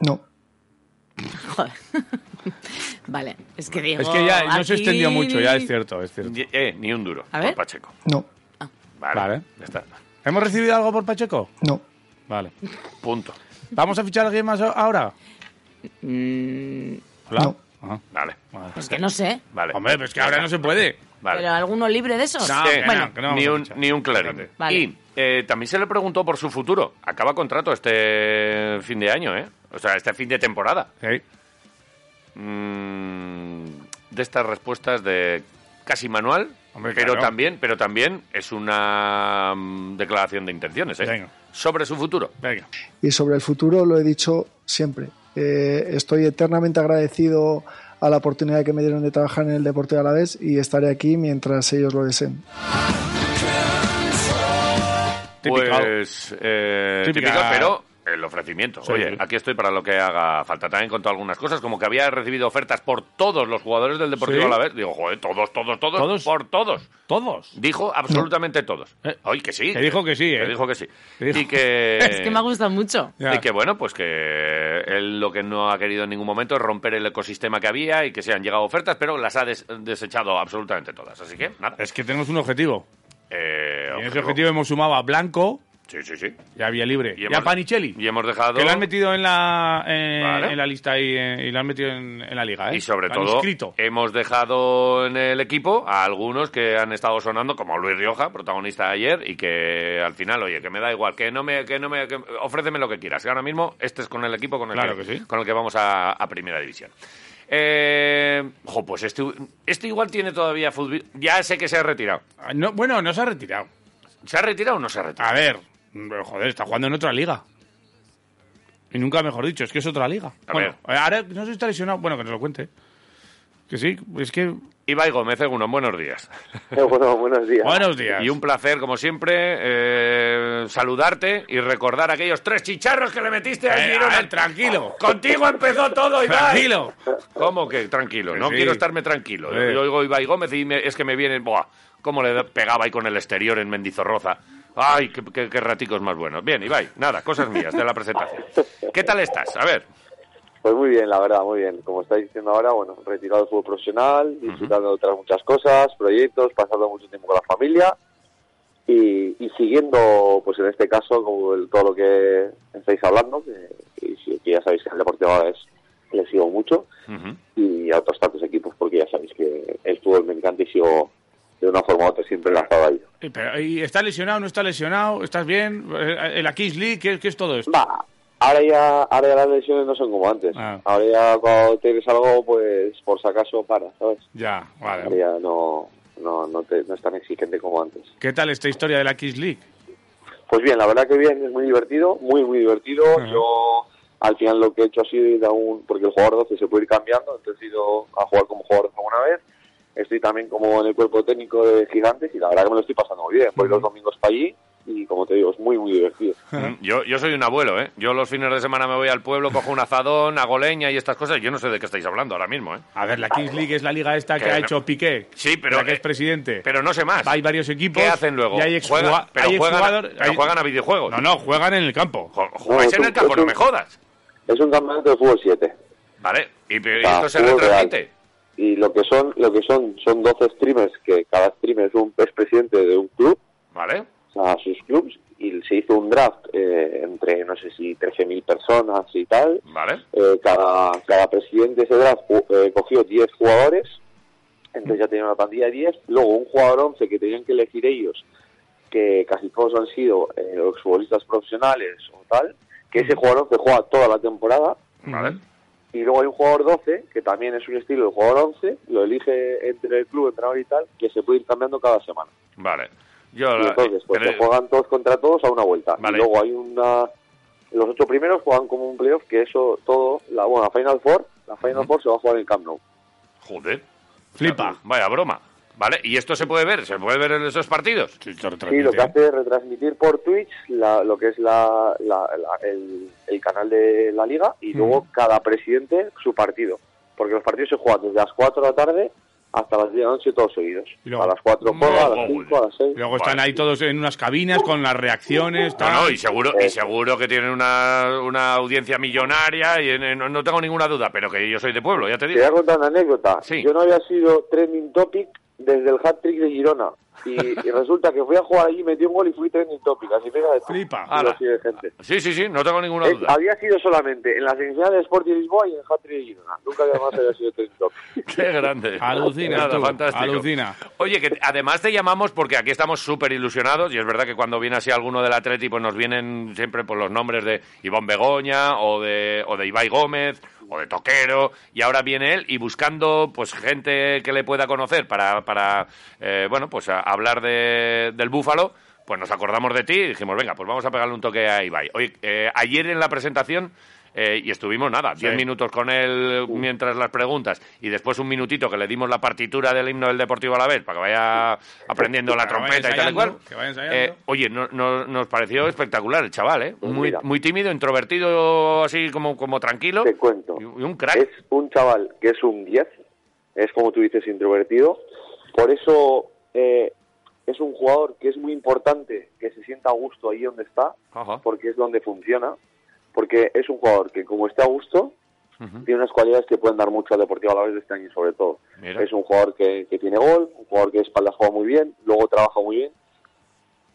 E: No,
C: Joder. vale, es que digo.
B: Es que ya no se
C: aquí-
B: extendió mucho, ya es cierto, es cierto.
A: Ni- Eh, ni un duro
C: A
A: por
C: ver.
A: Pacheco.
E: no,
A: Vale.
B: Vale.
A: Ya está.
B: ¿Hemos recibido algo por Pacheco?
E: no.
B: Vale.
A: Punto.
B: ¿Vamos a fichar a alguien más a- ahora?
C: Mm,
B: Hola.
E: No.
B: Ah,
A: Vale.
B: vale.
C: pues que no sé.
A: Vale.
B: Hombre, pues que ahora no se puede.
A: Vale.
C: Pero alguno libre de esos.
B: No,
A: Sí.
B: que
C: bueno,
B: no, que no vamos
A: ni,
B: a
A: un,
B: fichar.
A: ni un clarín.
B: Fíjate.
C: Vale.
A: Y eh, también se le preguntó por su futuro. Acaba contrato este fin de año, ¿eh? O sea, este fin de temporada.
B: Sí.
A: Mm, de estas respuestas de casi manual,
B: Hombre,
A: pero
B: claro.
A: también, pero también es una mm, declaración de intenciones, ¿eh?
B: Venga.
A: Sobre su futuro.
B: Venga.
E: y sobre el futuro lo he dicho siempre. Eh, estoy eternamente agradecido a la oportunidad que me dieron de trabajar en el Deporte de Alavés y estaré aquí mientras ellos lo deseen.
A: Pues eh,
B: Típica.
A: típica, pero el ofrecimiento.
H: Sí,
A: Oye,
H: sí.
A: aquí estoy para lo que haga falta. También contó algunas cosas, como que había recibido ofertas por todos los jugadores del Deportivo
H: Sí.
A: a la vez. Digo, joder, todos, todos, todos,
H: ¿Todos?
A: por todos.
H: Todos.
A: Dijo absolutamente todos. Ay, que sí.
H: Te dijo que sí,
A: Te
H: ¿eh?
A: dijo que sí.
H: Te dijo-
A: Y que...
C: Es que me ha gustado mucho.
H: Ya.
A: Y que bueno, pues que él lo que no ha querido en ningún momento es romper el ecosistema que había y que se han llegado ofertas, pero las ha des- desechado absolutamente todas. Así que nada.
H: Es que tenemos un objetivo.
A: Eh,
H: Y en ese
A: objetivo.
H: objetivo hemos sumado a Blanco
A: Sí, sí, sí.
H: y a Vía Libre.
A: Y
H: Y, a
A: hemos-
H: Panicelli.
A: Y hemos dejado.
H: Que lo han metido en la, eh,
A: Vale.
H: en la lista y, eh, y lo han metido en, en la liga. ¿eh?
A: Y sobre
H: Lo han
A: todo, eh,
H: inscrito.
A: hemos dejado en el equipo a algunos que han estado sonando, como Luis Rioja, protagonista ayer, y que al final, oye, que me da igual, que no me, que no me, que- ofréceme lo que quieras. que ahora mismo este es con el equipo con el,
H: Claro
A: que,
H: que sí.
A: con el que vamos a, a primera división. Eh, jo, pues este, este igual tiene todavía fútbol. Ya sé que se ha retirado.
H: Ah, no- bueno, no se ha retirado.
A: ¿Se ha retirado o no se ha retirado?
H: A ver, pero, joder, está jugando en otra liga. Y nunca mejor dicho, es que es otra liga.
A: A
H: bueno, eh, ahora no sé si está lesionado. Bueno, que nos lo cuente. Que sí, es que.
A: Ibai Gómez, uno, buenos días.
G: bueno, buenos días.
H: Buenos días.
A: Y un placer, como siempre, eh, saludarte y recordar aquellos tres chicharros que le metiste a
H: Eh,
A: Girona. Oh,
H: a ver, tranquilo.
A: Contigo empezó todo, Ibai.
H: Tranquilo.
A: ¿Cómo que tranquilo?
H: Que
A: No
H: sí.
A: quiero estarme tranquilo.
H: Eh.
A: Yo oigo Ibai Gómez y me- es que me vienen... Buah, cómo le da- pegaba ahí con el exterior en Mendizorroza. Ay, qué, qué- qué raticos más buenos. Bien, Ibai, nada, cosas mías de la presentación. ¿Qué tal estás? A ver,
G: Pues muy bien, la verdad, muy bien. Como estáis diciendo ahora, bueno, retirado del fútbol profesional, disfrutando de otras muchas cosas, proyectos, pasando mucho tiempo con la familia y, y siguiendo, pues en este caso, como el- todo lo que estáis hablando, que, y sí, que ya sabéis que al Deportivo Alavés le sigo mucho
A: Ujú.
G: y a otros tantos equipos, porque ya sabéis que el fútbol me encanta y sigo de una forma u otra siempre lanzado a ello.
H: Eh, pero, ¿y ¿Estás lesionado? ¿No estás lesionado? ¿Estás bien? Eh, ¿En la Kings League? ¿Qué, qué es todo esto?
G: Va, ahora ya, ahora ya las lesiones no son como antes.
H: Ah.
G: Ahora ya cuando tienes algo, pues por si acaso para, ¿sabes?
H: Ya,
G: Ahora
H: vale.
G: ya no, no, no, te- no es tan exigente como antes.
H: ¿Qué tal esta historia de la Kings League?
G: Pues bien, la verdad que bien, es muy divertido, muy, muy divertido. Yo al final lo que he hecho ha sido ir a un... Porque el jugador 12 se puede ir cambiando, entonces he ido a jugar como jugador 12 alguna vez. Estoy también como en el cuerpo técnico de Gigantes y la verdad que me lo estoy pasando muy bien. Voy los domingos para allí y como te digo, es muy, muy divertido.
A: Mm, Yo, yo soy un abuelo, ¿eh? Yo los fines de semana me voy al pueblo, cojo un azadón, hago leña y estas cosas. Yo no sé de qué estáis hablando ahora mismo, ¿eh?
H: A ver, la Kings League es la liga esta que
A: Que
H: ha
A: no-
H: hecho Piqué.
A: Sí, pero
H: la que
A: que-
H: es presidente.
A: Pero no sé más.
H: Hay varios equipos.
A: ¿Qué hacen luego?
H: Y hay
A: Juegan-
H: exjugadores.
A: pero, juegan, pero juegan a videojuegos.
H: No, no, juegan en el campo.
A: Jo- Jugáis
G: No,
A: en el
G: tú-
A: campo,
G: tú-
A: no me jodas.
G: Es un campeonato de fútbol 7.
A: Vale, y, pero- y
G: Ah,
A: esto se
G: fútbol
A: retransmite.
G: real. y lo que son lo que son son 12 streamers que cada streamer es un es presidente de un club
A: Vale,
G: o sea sus clubs y se hizo un draft eh, entre no sé si 13.000 personas y tal
A: vale.
G: Eh, cada cada presidente de ese draft ju- eh, cogió 10 jugadores entonces ya tenía una pandilla de 10 luego un jugador 11 que tenían que elegir ellos que casi todos han sido eh, los futbolistas profesionales o tal que ese jugador 11 juega toda la temporada
A: Vale.
G: y luego hay un jugador 12, que también es un estilo del jugador 11, lo elige entre el club, entrenador y tal, que se puede ir cambiando cada semana.
A: Vale. Yo eh,
G: Y
A: la-
G: entonces, pues
A: pero-
G: se juegan todos contra todos a una vuelta.
A: Vale.
G: Y luego hay una... Los ocho primeros juegan como un playoff, que eso todo... La, bueno, la Final Four, la Final Four se va a jugar en el Camp Nou.
A: Joder.
H: Flipa.
A: Vaya broma. Vale, ¿y esto se puede ver? ¿Se puede ver en esos partidos?
G: Sí, lo que hace es retransmitir por Twitch la- lo que es la, la- la- el, el canal de la liga y luego cada presidente su partido. Porque los partidos se juegan desde las 4 de la tarde hasta las 10 de la noche todos seguidos.
H: Y luego-
G: a las 4 juega, a
A: No,
G: las 5, a las 6.
H: Luego están ahí todos en unas cabinas con las reacciones.
A: No,
H: tal.
A: no, y seguro,
G: Eh.
A: y seguro que tienen una, una audiencia millonaria y eh, no, no tengo ninguna duda, pero que yo soy de pueblo, ya te
G: Te voy
A: digo.
G: a contar una anécdota.
A: Sí.
G: Yo no había sido trending topic desde el hat-trick de Girona. Y, y resulta que fui a jugar allí, metí un gol y fui trending topic. Así fíjate tú.
H: Flipa.
G: Y lo
A: Ala.
G: sigue gente.
A: Sí, sí, sí, no tengo ninguna
G: Es-
A: duda.
G: había sido solamente en la semifinal de Sporting Lisboa y en el hat-trick de Girona. Nunca más había sido trending topic.
A: Qué grande.
H: Alucina,
A: Nada,
H: tú,
A: fantástico.
H: alucina.
A: Oye, que además te llamamos porque aquí estamos súper ilusionados y es verdad que cuando viene así alguno del Atleti, pues nos vienen siempre por los nombres de Iván Begoña o de, o de Ibai Gómez o de Toquero y ahora viene él y buscando pues gente que le pueda conocer para, para eh, bueno, pues a- hablar de- del Búfalo. Pues nos acordamos de ti y dijimos, venga, pues vamos a pegarle un toque a Ibai. Oye, eh, ayer en la presentación eh, y estuvimos nada, 10 minutos con él
B: Uh.
A: mientras las preguntas y después un minutito que le dimos la partitura del himno del Deportivo a la vez para que vaya aprendiendo la
B: Uh. Que vaya
A: trompeta y tal y cual.
B: ensayando, que vaya ensayando.
A: Eh, oye, no- no- nos pareció espectacular el chaval, ¿eh?
G: Pues
A: Muy,
G: mira.
A: muy tímido, introvertido, así como, como tranquilo.
G: Te cuento.
A: Y un crack.
G: Es un chaval que es un 10, es como tú dices, introvertido. Por eso eh, es un jugador que es muy importante que se sienta a gusto ahí donde está,
A: Ajá.
G: porque es donde funciona. Porque es un jugador que, como esté a gusto,
A: Ujú.
G: tiene unas cualidades que pueden dar mucho al Deportivo a la vez de este año, sobre todo.
A: Mira.
G: Es un jugador que, que tiene gol, un jugador que de espalda juega muy bien, luego trabaja muy bien.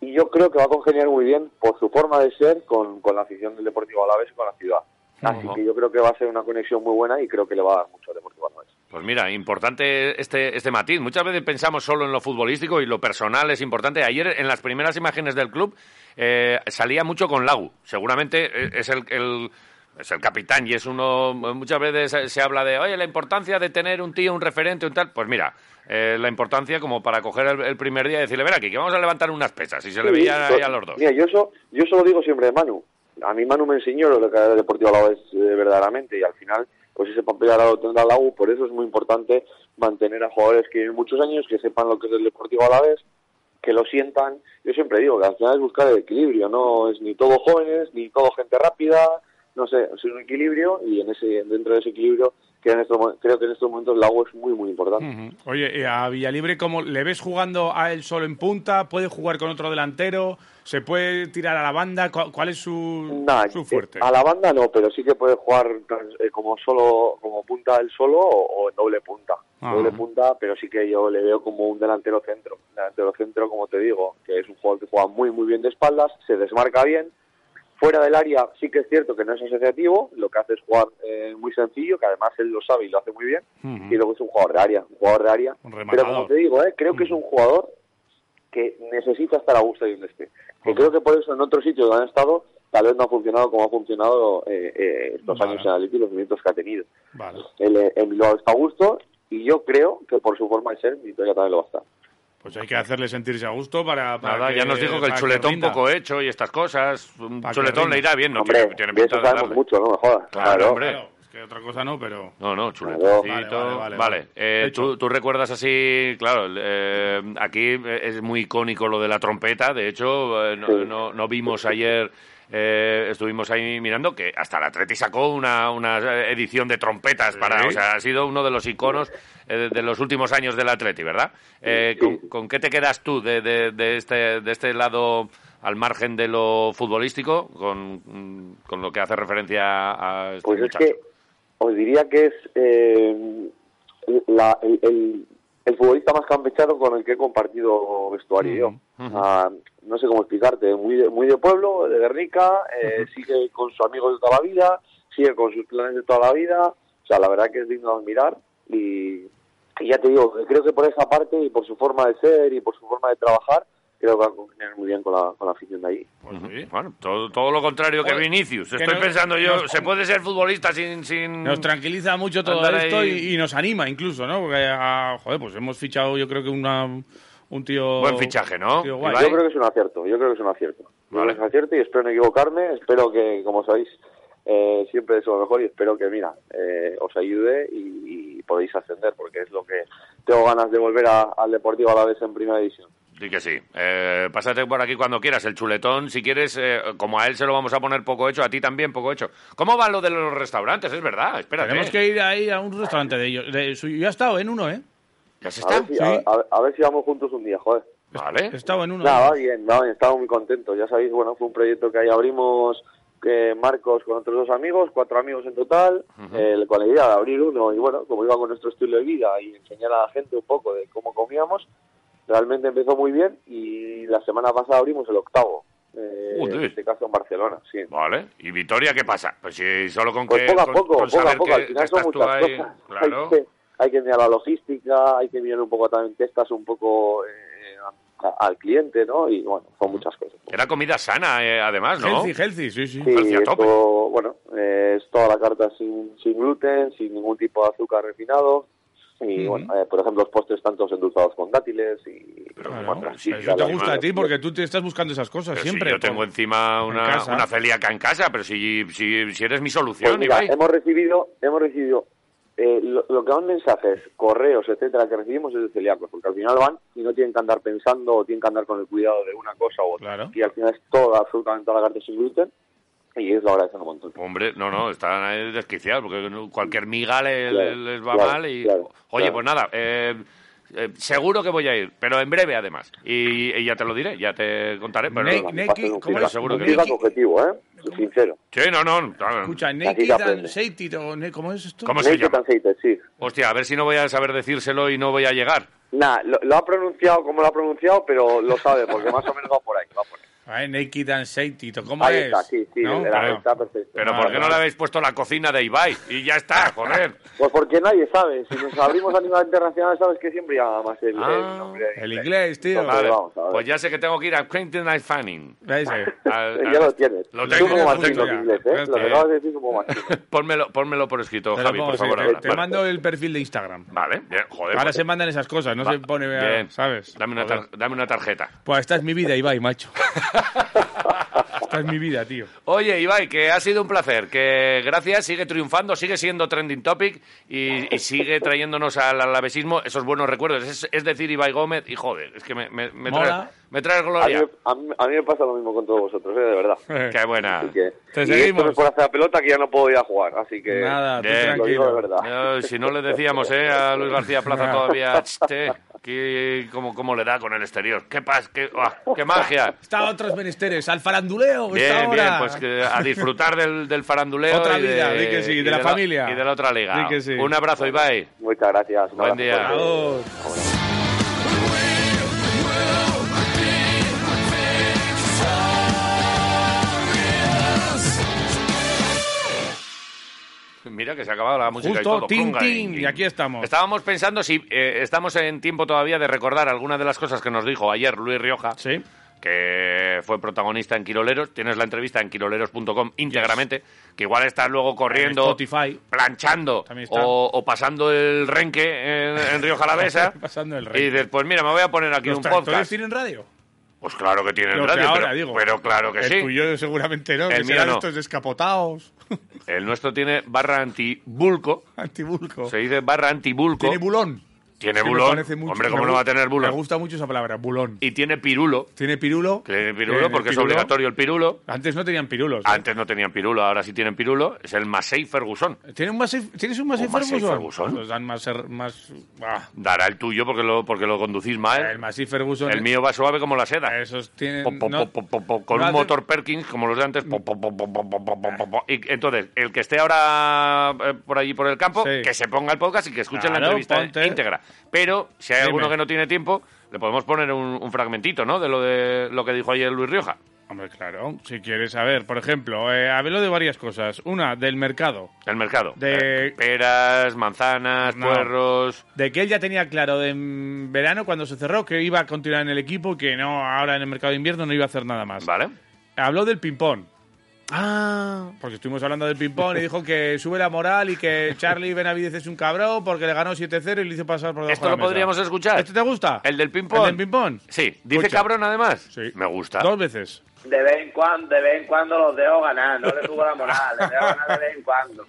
G: Y yo creo que va a congeniar muy bien por su forma de ser con, con la afición del Deportivo Alavés y con la ciudad. Así
A: Ujú.
G: que yo creo que va a ser una conexión muy buena y creo que le va a dar mucho al Deportivo Alavés.
A: Pues mira, importante este, este matiz. Muchas veces pensamos solo en lo futbolístico y lo personal es importante. Ayer, en las primeras imágenes del club, eh, salía mucho con Lagu. Seguramente eh, es el, el- es el capitán y es uno... Muchas veces se- se habla de, oye, la importancia de tener un tío, un referente, un tal... Pues mira, eh, la importancia como para coger el, el primer día y decirle, ven aquí, que vamos a levantar unas pesas. Y se le
G: Sí,
A: veía ahí
G: yo-
A: a los dos.
G: Mira, yo eso, yo eso lo digo siempre de Manu. A mí Manu me enseñó lo que era el Deportivo Alavés eh, verdaderamente y al final pues ese papel ahora lo tendrá la U, por eso es muy importante mantener a jugadores que lleven muchos años, que sepan lo que es el Deportivo Alavés, que lo sientan. Yo siempre digo que al final es buscar el equilibrio, no es ni todo jóvenes, ni todo gente rápida, no sé, es un equilibrio y en ese dentro de ese equilibrio que en estos mo- creo que en estos momentos la U es muy muy importante.
B: Oye, ¿y a Villalibre cómo le ves jugando a él solo en punta? ¿Puede jugar con otro delantero? ¿Se puede tirar a la banda? ¿Cu- ¿Cuál es su,
G: Nah,
B: su
G: eh,
B: fuerte?
G: A la banda no, pero sí que puede jugar trans- eh, como solo, como punta él solo o, o en doble punta.
B: Ajá.
G: Doble punta, pero sí que yo le veo como un delantero centro. Delantero centro, como te digo, que es un jugador que juega muy, muy bien de espaldas, se desmarca bien. Fuera del área sí que es cierto que no es asociativo, lo que hace es jugar eh, muy sencillo, que además él lo sabe y lo hace muy bien. Y luego es un jugador de área, un jugador de área.
B: Un
G: Pero
B: rematador.
G: como te digo, eh, creo que
A: Mm.
G: es un jugador que necesita estar a gusto ahí donde esté. Que creo que por eso en otros sitios donde han estado, tal vez no ha funcionado como ha funcionado eh, eh, estos
B: Vale.
G: años en Atleti y los movimientos que ha tenido.
B: Vale.
G: Él eh, en Bilbao está a gusto y yo creo que por su forma de ser, Vitoria también lo va a estar.
B: Pues hay que hacerle sentirse a gusto para. para
A: Nada,
B: que-
A: ya nos dijo que el
B: para
A: chuletón
B: rinda.
A: poco hecho y estas cosas. Un
B: Para que
A: chuletón
B: rinda.
A: le irá bien, no
G: hombre,
A: tiene, tiene
G: de
A: pinta
G: eso
A: de
G: sabemos
A: darle.
G: mucho, no me jodas.
A: Claro, hombre.
B: Claro, es que otra cosa no, pero.
A: No, no, chuletoncito. Vale,
G: Claro.
B: Vale, vale, vale, vale.
A: eh,
B: Hecho.
A: tú, tú recuerdas así, claro, eh, aquí eh, es muy icónico lo de la trompeta. De hecho, eh, no,
G: Sí.
A: no- no vimos ayer, eh, estuvimos ahí mirando que hasta la Atleti sacó una, una edición de trompetas. para O sea, ha sido uno de los iconos eh, de, de los últimos años del Atleti, ¿verdad? Eh,
G: Sí.
A: ¿con, con qué te quedas tú de, de- de este, de este lado? al margen de lo futbolístico, con, con lo que hace referencia a este
G: Pues es
A: muchacho.
G: que os diría que es eh, la- el, el- el futbolista más campechano con el que he compartido vestuario yo. Ah, no sé cómo explicarte, muy de, muy de pueblo, de Guernica, eh, sigue con sus amigos de toda la vida, sigue con sus planes de toda la vida, o sea, la verdad que es digno de admirar y, y ya te digo, creo que por esa parte y por su forma de ser y por su forma de trabajar, creo que va a congeniar muy bien con la, con la afición de allí.
B: Pues sí.
A: Bueno, todo, todo lo contrario que
B: Joder,
A: Vinicius.
B: que
A: Estoy
B: no-
A: pensando yo,
B: nos-
A: ¿se puede ser futbolista sin...? sin...
B: Nos tranquiliza mucho todo
A: Andar
B: esto
A: ahí-
B: y, y nos anima incluso, ¿no? Porque, ah, joder, pues hemos fichado yo creo que una, un tío...
A: Buen fichaje, ¿no?
B: un tío guay.
A: Ibai.
G: Yo creo que es un acierto, yo creo que es un acierto. Yo
A: Vale.
G: creo que es un acierto y espero no equivocarme, espero que, como sabéis, eh, siempre es lo mejor y espero que, mira, eh, os ayude y, y podéis ascender, porque es lo que tengo ganas de volver a- al Deportivo a la vez en Primera División.
A: Sí que sí. Eh, pásate por aquí cuando quieras. El chuletón, si quieres, eh, como a él se lo vamos a poner poco hecho, a ti también poco hecho. ¿Cómo va lo de los restaurantes? Es verdad, espérate.
B: Tenemos que ir ahí a un restaurante de ellos. De su- yo he estado en uno, ¿eh?
A: ¿Ya se
G: A
A: está?
G: ver, si, a- a- a ver si vamos juntos un día, joder.
A: Vale.
B: He estado en uno.
G: Nada, va bien, va bien, estamos muy contentos. Ya sabéis, bueno, fue un proyecto que ahí abrimos eh, Marcos con otros dos amigos, cuatro amigos en total, eh, con la idea de abrir uno. Y bueno, como iba con nuestro estilo de vida y enseñar a la gente un poco de cómo comíamos, realmente empezó muy bien y la semana pasada abrimos el octavo. eh,
A: Joder.
G: en este caso en Barcelona, sí.
A: Vale. ¿Y Vitoria qué pasa? Pues si solo con
G: Pues
A: que...
G: poco a
A: con-
G: poco,
A: con
G: poco a
A: saber
G: poco.
A: que-
G: Al
A: que
G: final
A: estás
G: son
A: tú
G: muchas
A: ahí,
G: cosas.
A: Claro.
G: Hay, que, hay que mirar la logística, hay que mirar un poco también que estás un poco eh, a- al cliente, ¿no? Y bueno, son muchas cosas.
A: Era comida sana, eh, además, ¿no?
B: Healthy, healthy, sí, sí.
G: Sí,
A: Parecía
G: esto,
A: tope.
G: bueno, eh, es toda la carta sin, sin gluten, sin ningún tipo de azúcar refinado. Y bueno, eh, por ejemplo, los postres tantos endulzados con dátiles y
B: Claro.
G: bueno, sí,
B: Eso
G: claro,
B: te gusta a
G: claro.
B: ti porque tú te estás buscando esas cosas
A: Pero si
B: siempre.
A: yo tengo
B: por-
A: encima
B: en
A: una,
B: casa.
A: una celíaca en casa, pero si, si, si eres mi
G: Pues
A: solución,
G: mira,
A: Ibai.
G: hemos recibido, hemos recibido eh, lo, lo que van mensajes, correos, etcétera, que recibimos es de celíacos, porque al final van y no tienen que andar pensando o tienen que andar con el cuidado de una cosa u otra.
B: Claro.
G: Y al final es toda, absolutamente toda la carta sin gluten y ellos lo agradecen un montón.
A: Hombre, no, no, están ahí desquiciados porque no- cualquier miga le-
G: Claro,
A: le- les va
G: claro,
A: mal y...
G: claro,
A: Oye,
G: claro.
A: pues nada, eh, eh, seguro que voy a ir, pero en breve además. Y, y ya te lo diré, ya te contaré. Pero
B: Ne-
G: Pasen
B: Neki,
G: un
B: ¿cómo
G: feedback,
A: es?
G: un
A: que
G: feedback
B: Neki-
G: objetivo, ¿eh? Sincero.
A: Sí, no, no, claro.
B: Escucha,
G: Así
B: Naked
G: se
B: and
G: aprende.
B: Sated, o ne- ¿cómo es esto?
A: ¿Cómo se
G: Naked
A: llama?
G: and Sated, sí.
A: Hostia, a ver si no voy a saber decírselo y no voy a llegar.
G: Nah, lo, lo ha pronunciado como lo ha pronunciado, pero lo sabe, porque más o menos va por ahí. Va por ahí.
B: Ay, Naked and Sated, ¿cómo
G: Ahí
B: es?
G: está, sí, sí,
B: ¿No?
G: el-
A: Claro.
G: está perfecto.
A: Pero
B: Ah,
A: ¿por qué no
B: vale.
A: le habéis puesto la cocina de Ibai? Y ya está, joder.
G: Pues porque nadie sabe. Si nos abrimos a nivel internacional, sabes que siempre llama más el, el
A: Ah,
G: nombre.
B: El inglés, tío.
G: Vale.
A: Vale,
G: vamos a ver.
A: pues ya sé que tengo que ir a Quentin Knight Fanning.
B: Ese.
A: Al-
G: ya
A: al-
G: lo tienes.
A: Lo
G: Tú
A: tengo,
G: como
A: lo
G: Martín,
A: tengo
G: los
A: ya.
G: inglés, ¿eh? Lo que
A: Eh,
G: acabas de decir como Martín.
A: Pónmelo, pónmelo por escrito,
B: Te lo
A: Javi,
B: pongo,
A: por
B: sí,
A: favor.
B: te-
A: ahora.
B: te
A: Vale.
B: mando el perfil de Instagram.
A: Vale, bien, joder.
B: Ahora
A: pues-
B: se mandan esas cosas, no se pone, a-
A: Bien.
B: ¿sabes?
A: Dame una,
B: Joder.
A: tar- dame una tarjeta.
B: Pues esta es mi vida, Ibai, macho. esta es mi vida, tío.
A: Oye, Ibai, que ha sido un placer, que gracias, sigue triunfando, sigue siendo trending topic y, y sigue trayéndonos al alavesismo esos buenos recuerdos. Es, es decir, Ibai Gómez, y joder, es que me, me, me traes,
B: Mola.
A: me traes
G: A mí,
A: gloria.
G: me- a, mí, a mí me pasa lo mismo con todos vosotros, ¿eh? de verdad.
A: Qué buena.
G: Así que,
B: Te
G: y
B: seguimos.
G: esto no es por hacer la pelota que ya no puedo ir a jugar, así que
B: Nada, tú
A: Bien.
G: lo digo de
B: tranquilo.
G: verdad.
A: Ay, si no le decíamos eh, a Luis García Plaza todavía, chiste, que, cómo, cómo le da con el exterior. ¡Qué paz! ¡Qué, ah, qué magia!
B: Está a otros menesteres, al faranduleo, esta
A: Bien,
B: hora.
A: bien, pues que a disfrutar del, del faranduleo.
B: Otra
A: y de-
B: vida, di que sí,
A: y
B: de la familia.
A: Y de la otra liga.
B: Di que sí.
A: Un abrazo, Ibai.
G: Muchas gracias. un
A: Buen
G: abrazo
A: día.
G: fuerte.
B: Adiós.
A: Mira que se ha acabado la música y
B: Justo,
A: todo.
B: tin,
A: Prunga,
B: tin, y aquí estamos.
A: Estábamos pensando si eh, estamos en tiempo todavía de recordar algunas de las cosas que nos dijo ayer Luis Rioja.
B: Sí.
A: que fue protagonista en Quiroleros. Tienes la entrevista en quiroleros.com íntegramente, que igual estás luego corriendo,
B: En Spotify.
A: planchando
B: También está.
A: o, o pasando el renque en, en Río Jalavesa.
B: Pasando el
A: Y
B: rey.
A: dices, pues mira, me voy a poner aquí
B: ¿Los
A: un
B: tractores
A: podcast.
B: tienen radio?
A: Pues claro que tiene
B: Lo que
A: radio,
B: ahora
A: pero,
B: digo.
A: pero claro que
B: el
A: sí.
B: tuyo seguramente no,
A: El
B: que
A: mío
B: serán
A: no.
B: estos descapotados,
A: El nuestro tiene barra antibulco.
B: antibulco.
A: Se dice barra antibulco.
B: Tiene bulón.
A: Tiene
B: Es que me
A: bulón.
B: parece mucho.
A: Hombre,
B: Me
A: ¿cómo no
B: gu-
A: va a tener bulón?
B: Me gusta mucho esa palabra, bulón.
A: Y tiene pirulo.
B: Tiene pirulo.
A: Tiene pirulo
B: Tiene
A: porque es
B: pirulo. Pues
A: obligatorio el pirulo.
B: Antes no tenían pirulos. ¿eh?
A: Antes no tenían pirulo, ahora sí tienen pirulo. Es el Masei Ferguson.
B: ¿Tienes un Massey, ¿Tienes un Massey
A: ¿Un Massey
B: Ferguson?
A: Ferguson?
B: Los dan más... er- más ah,
A: Dará el tuyo porque lo, porque lo conducís
B: el
A: mal.
B: Massey Ferguson...
A: El, mío va suave como la seda.
B: Esos tienen...
A: Po, po,
B: no-
A: po, po, po, po, con
B: no
A: un
B: hacen- Mm.
A: motor Perkins como los de antes. Po, po, po, po, po, po, po, po, po, po. Y entonces, el que esté ahora eh, por allí por el campo,
B: Sí.
A: que se ponga el podcast y que escuche la
B: Claro,
A: entrevista
B: ponte.
A: íntegra. Pero si hay
B: Dime.
A: alguno que no tiene tiempo, le podemos poner un, un fragmentito, ¿no? De lo de lo que dijo ayer Luis Rioja.
B: Hombre, claro. Si quieres saber, por ejemplo, eh, hablo de varias cosas. Una, del mercado.
A: El mercado.
B: De-
A: Eh, peras, manzanas,
B: No.
A: puerros.
B: De que él ya tenía claro de en verano, cuando se cerró, que iba a continuar en el equipo y que no, ahora en el mercado de invierno no iba a hacer nada más.
A: ¿Vale?
B: Habló del ping-pong. Ah. Porque estuvimos hablando del ping-pong y dijo que sube la moral y que Charlie Benavides es un cabrón porque le ganó 7-0 y le hizo pasar por debajo
A: Esto
B: de la
A: lo
B: mesa.
A: podríamos escuchar.
B: ¿Este te gusta?
A: ¿El del ping-pong?
B: ¿El del ping-pong?
A: Sí. Dice
B: Escucha.
A: cabrón además.
B: Sí.
A: Me gusta.
B: Dos veces.
I: De vez en cuando, de vez en cuando los dejo ganar, no les subo la moral, les dejo ganar de vez en cuando.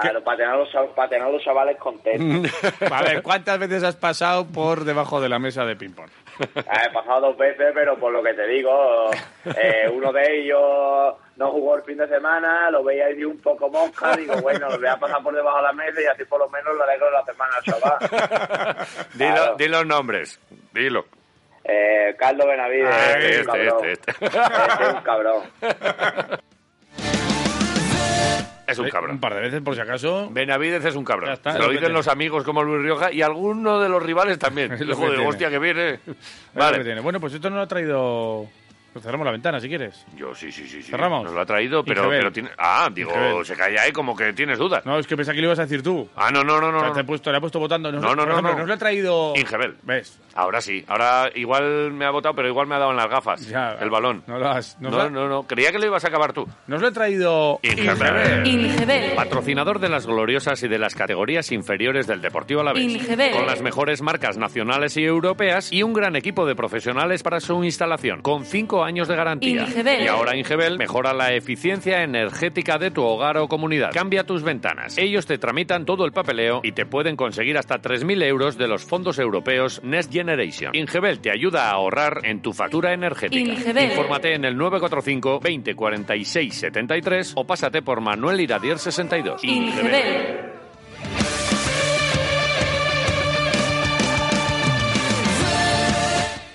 I: Claro, para tener a los, chav- para tener a los chavales contentos.
B: A ver, ¿cuántas veces has pasado por debajo de la mesa de ping-pong?
I: Ah, He pasado dos veces, pero por lo que te digo, eh, uno de ellos no jugó el fin de semana, lo veía ahí un poco mosca, digo, bueno, lo voy a pasar por debajo de la mesa y así por lo menos lo alegro la semana al chaval.
A: Di, lo-
I: Claro.
A: di los nombres. Dilo.
I: Eh, Carlos Benavides,
A: Ah,
I: este es
A: este,
I: un cabrón.
A: este, este.
I: Este es un cabrón.
A: Es un cabrón.
B: Eh, Un par de veces, por si acaso.
A: Benavides es un cabrón.
B: Ya está,
A: Se
B: es
A: lo
B: lo que
A: dicen
B: tiene.
A: los amigos como Luis Rioja y alguno de los rivales también.
B: Es lo que
A: Joder,
B: tiene.
A: hostia que viene.
B: Es lo que
A: Vale.
B: tiene. Bueno, pues esto no lo ha traído Pues cerramos la ventana si quieres.
A: Yo sí, sí, sí. sí.
B: Cerramos.
A: Nos lo ha traído, pero,
B: Ingebel.
A: pero tiene... Ah, digo,
B: Ingebel.
A: se calla ahí como que tienes dudas.
B: No, es que pensé que lo ibas a decir tú.
A: Ah, no, no, no, no.
B: O sea,
A: no.
B: te he puesto, le he puesto votando. Nos-
A: No, no,
B: por
A: no,
B: ejemplo,
A: no.
B: Nos lo ha traído.
A: Ingebel.
B: ¿Ves?
A: Ahora sí. Ahora igual me ha votado, pero igual me ha dado en las gafas
B: Ya.
A: el balón.
B: No lo has.
A: No,
B: Nos,
A: no,
B: lo,
A: no, Creía que lo ibas a acabar tú.
B: nos lo ha traído.
A: Ingebel.
J: Ingebel.
A: Patrocinador de las gloriosas y de las categorías inferiores del Deportivo Alavés.
J: Ingebel.
A: Con las mejores marcas nacionales y europeas y un gran equipo de profesionales para su instalación, con cinco años de garantía.
J: Ingebel.
A: Y ahora Ingebel mejora la eficiencia energética de tu hogar o comunidad. Cambia tus ventanas. Ellos te tramitan todo el papeleo y te pueden conseguir hasta 3.000 euros de los fondos europeos Next Generation. Ingebel te ayuda a ahorrar en tu factura energética.
J: Ingebel.
A: Infórmate en el 945 20 46 73 o pásate por Manuel Iradier 62.
J: Ingebel.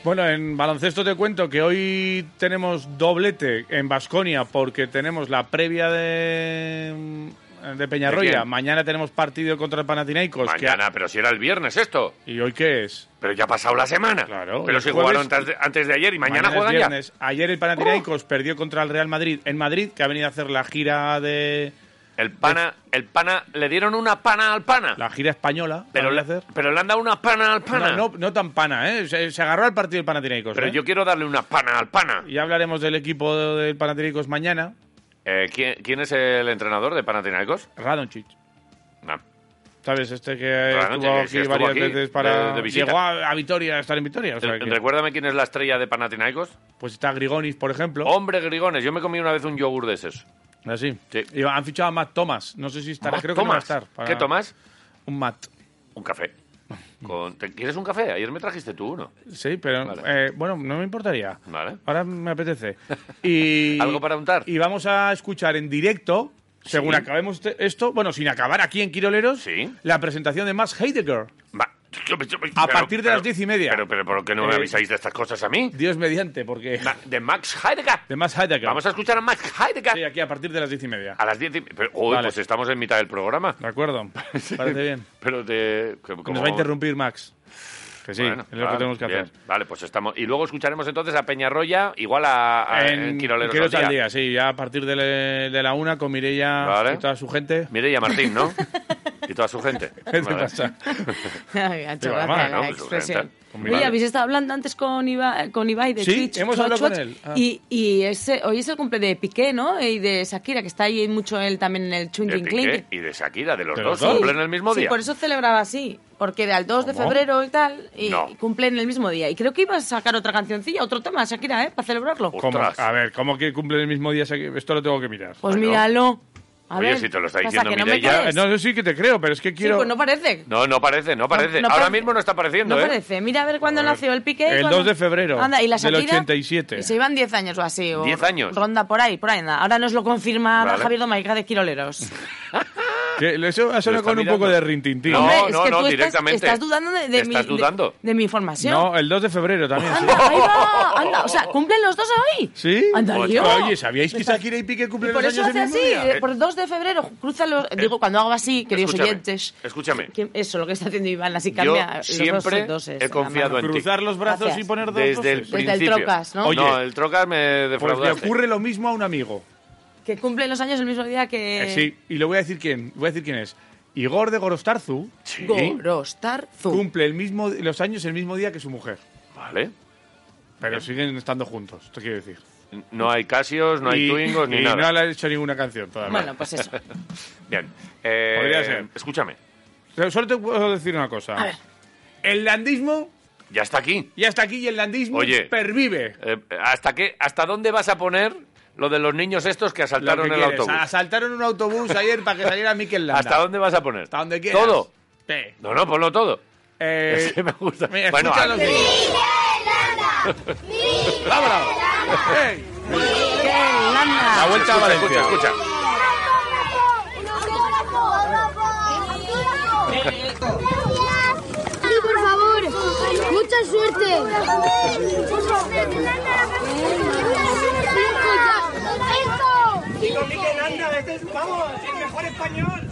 B: Bueno, en baloncesto te cuento que hoy tenemos doblete en Basconia porque tenemos la previa de, mm, de Peñarroya.
A: ¿De quién?
B: Mañana tenemos partido contra el Panathinaikos. Pues que-
A: Mañana, pero si era el viernes esto.
B: ¿Y hoy qué es?
A: Pero ya ha pasado la semana.
B: Claro.
A: Pero
B: el
A: si
B: jueves-
A: jugaron antes de, antes de ayer y mañana,
B: es
A: juegan ya. Uh.
B: viernes. Ayer el Panathinaikos perdió contra el Real Madrid en Madrid, que ha venido a hacer la gira de
A: El pana, el pana, le dieron una pana al pana.
B: la gira española.
A: pero, le,
B: ¿la van a hacer?
A: pero le han dado una pana al pana.
B: No, no, no tan pana, ¿eh? Se, se agarró al partido del Panathinaikos.
A: pero
B: ¿eh?
A: yo quiero darle una pana al pana.
B: Ya hablaremos del equipo del Panathinaikos mañana.
A: Eh, ¿quién, quién es el entrenador de Panathinaikos?
B: Radonjic.
A: No.
B: ¿Sabes? Este que
A: Radonjic,
B: estuvo
A: que
B: aquí
A: sí, estuvo
B: varias
A: aquí,
B: veces para.
A: de- de visita.
B: Llegó a, a Vitoria, a estar en Vitoria. o sea
A: Eh,
B: que-
A: Recuérdame quién es la estrella de Panathinaikos.
B: Pues está Grigonis, por ejemplo.
A: Hombre, Grigones, yo me comí una vez un yogur de esos.
B: Así.
A: Sí.
B: Y han fichado a Matt Thomas. No sé si estará.
A: Matt
B: Creo que no va a
A: Thomas.
B: estar. para-
A: ¿Qué Tomás?
B: Un Matt.
A: Un café. Con- ¿te- ¿Quieres un café? Ayer me trajiste tú uno.
B: Sí, pero
A: Vale.
B: eh, bueno, no me importaría.
A: Vale.
B: Ahora me apetece. Y,
A: ¿Algo para untar?
B: Y vamos a escuchar en directo, según
A: Sí.
B: acabemos te- esto, bueno, sin acabar aquí en Quiroleros,
A: Sí.
B: la presentación de Max Heidegger.
A: Va.
B: A partir de las diez y media.
A: Pero, pero, ¿por qué no me
B: Eh,
A: avisáis de estas cosas a mí?
B: Dios mediante, porque.
A: Ma- De Max Heidegger.
B: De Max Heidegger.
A: Vamos a Ah. escuchar a Max Heidegger.
B: Sí, aquí a partir de las diez y media.
A: A las 10 y... Pero, uy,
B: Vale.
A: pues estamos en mitad del programa.
B: ¿De acuerdo? Parece bien.
A: Pero de... que- como-
B: Nos va a interrumpir Max. Que sí,
A: Bueno,
B: es lo
A: claro,
B: que tenemos que
A: bien.
B: hacer.
A: Vale, pues estamos... Y luego escucharemos entonces a Peñarroya, igual a, a- Ah, en Quiroleros al
B: Quiroleros
A: día.
B: al día, sí. Ya a partir de, le- de la una con Mireia
A: Vale.
B: y toda su gente.
A: Mireia Martín, ¿no? y toda su gente.
B: ¿Qué te
A: Vale.
B: pasa?
C: Ay, ha hecho
B: Digo,
C: gracia
B: además,
C: la
A: ¿no? Pues,
C: expresión.
A: tal.
C: Oye,
A: Vale.
C: habéis estado hablando antes con, Iba, con Ibai de
B: Sí,
C: Twitch.
B: hemos
C: Twitch,
B: hablado con
C: Twitch,
B: él. Ah.
C: Y, y ese, hoy es el cumple de Piqué, ¿no? Y de Shakira, que está ahí mucho él también en el
A: De
C: Chunging
A: Piqué
C: Clinic.
A: y de Shakira, de los
B: ¿De
A: dos,
B: los dos?
A: cumplen el mismo
C: sí,
A: día.
C: por eso celebraba así. Porque de al 2 de
B: ¿Cómo?
C: febrero y tal, y
A: No.
C: cumplen el mismo día. Y creo que iba a sacar otra cancioncilla, otro tema, Shakira, ¿eh? Para celebrarlo.
A: Ostras.
B: ¿Cómo? A ver, ¿cómo que cumple el mismo día? Shakira? Esto lo tengo que mirar.
C: Pues
A: Bueno.
C: míralo. A
A: Oye,
C: ver,
A: si te lo está
C: pasa
A: diciendo
C: que no me
A: Mireia-
C: crees.
B: Eh, No, yo sí que te creo, pero es que
C: Sí,
B: quiero.
C: pues no parece.
A: No, no parece, no parece.
C: no
A: Ahora
C: parece.
A: mismo no está apareciendo,
C: No
A: ¿eh?
C: parece. Mira a ver cuándo nació el Piqué. y
B: El
C: cuándo-
B: 2 de febrero
C: Anda, y la
B: del
C: Shakira,
B: 87.
C: Y se iban 10 años o así. o
A: 10 años.
C: Ronda por ahí, por ahí. Anda. Ahora nos lo confirma
A: Vale.
C: Javier Domaica de Quiroleros.
B: Que eso ha
A: Lo
B: sonado
A: está
B: con un
A: mirando.
B: poco de rintintín.
A: No,
C: Hombre, es
A: no,
C: que
A: no,
C: tú estás-
A: directamente.
C: Estás, dudando de, de mi,
A: Estás
C: de-
A: dudando.
C: De, mi información.
B: No, el 2 de febrero también. sí.
C: Anda, ahí va. Anda, o sea, ¿cumplen los dos hoy?
B: ¿Sí?
C: Anda,
B: Oye,
C: Dios.
B: Oye, ¿sabíais que Shakira y Piqué
C: Y
B: cumplen
C: por
B: los
C: eso
B: años
C: hace
B: el mismo
C: así,
B: día?
C: eh, por el 2 de febrero, cruza los... digo, cuando hago así, queridos
A: Eh, escúchame,
C: oyentes...
A: escúchame.
C: que- Eso, lo que está haciendo Iván, así
A: Yo
C: cambia los dos
A: siempre
C: doses
A: he
C: en la
A: confiado
C: mano.
A: en ti.
B: Pues, Cruzar los brazos
C: Gracias.
B: y poner dos
A: Desde el
B: voces.
C: Desde el
A: principio.
C: Trocas, ¿no?
B: Oye.
A: no, el Trocas me
B: Pues le
A: defraudaste.
B: ocurre lo mismo a un amigo.
C: Que cumplen los años el mismo día que...
B: Eh, sí, y le voy a decir quién. Voy a decir quién es. Igor de Gorostarzu
A: Sí,
C: Gorostarzu.
B: cumple el mismo, los años el mismo día que su mujer.
A: vale.
B: Pero siguen estando juntos, te quiero decir.
A: No hay casios, no hay
B: Y-
A: twingos, ni
B: y
A: nada.
B: no le ha hecho ninguna canción todavía.
C: Bueno, pues eso.
A: Bien. Eh,
B: Podría ser.
A: Escúchame,
B: Pero Solo te puedo decir una cosa.
C: A ver.
B: El landismo
A: ya está aquí.
B: ya está aquí y el landismo
A: Oye.
B: pervive.
A: Eh, ¿hasta, qué, ¿Hasta dónde vas a poner lo de los niños estos que
B: Lo
A: asaltaron
B: que
A: el
B: quieres.
A: autobús?
B: Asaltaron un autobús ayer para que saliera Mikel Landa.
A: ¿Hasta dónde vas a poner?
B: Hasta donde quieras.
A: ¿Todo?
B: Sí.
A: No, no, ponlo todo.
B: Eh,
A: Ese me gusta.
B: mira,
A: Bueno,
B: escucha
A: a-
B: los niños. ¡Vámonos! ¡Ey!
C: ¡Qué lana!
B: La vuelta a
A: escucha,
B: Valencia.
A: escucha, escucha.
K: Y por favor, mucha suerte.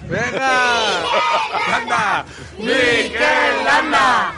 B: ¡Venga! ¡Landa!
C: Landa!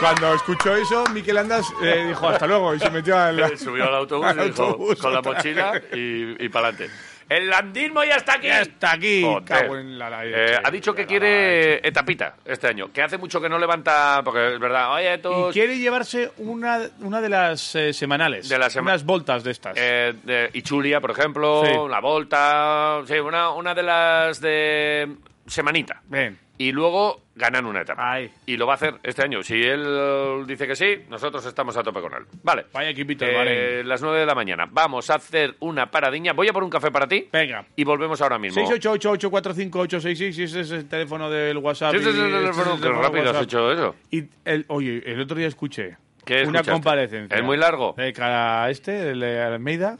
B: Cuando escuchó eso, Miquel Andas eh, dijo hasta luego y se metió al,
A: Subió al autobús,
B: al
A: y dijo,
B: autobús
A: con la
B: otra
A: mochila
B: vez.
A: y, para adelante. El landismo ya está aquí.
B: Ya está aquí.
A: Joder.
B: cago en la- la-
A: Eh, ha dicho que quiere etapita este año, que hace mucho que no levanta, porque es verdad, oye, tú...
B: Y quiere llevarse una, una de las eh, semanales.
A: De las sema-
B: Unas voltas de estas.
A: Eh, de Ichulia, por ejemplo,
B: Sí.
A: la Volta, sí, una, una de las de semanita.
B: Bien.
A: Y luego ganan una etapa. Y lo va a hacer este año. Si él eh, dice que sí, nosotros estamos a tope con él. Vale.
B: Vaya equipito
A: Eh,
B: el Bahrein.
A: las 9 de la mañana. Vamos a hacer una paradiña. Voy a por un café para ti.
B: Venga.
A: Y volvemos ahora mismo.
B: 688-845-866, ese es el teléfono del WhatsApp.
A: Sí, sí, sí, sí,
B: y-
A: sí,
B: este es el
A: qué
B: teléfono
A: rápido has
B: WhatsApp.
A: hecho eso.
B: Y el, oye, el otro día escuché
A: ¿Qué
B: una
A: escuchaste?
B: comparecencia.
A: ¿Es muy largo?
B: De cara a este, el de Almeida.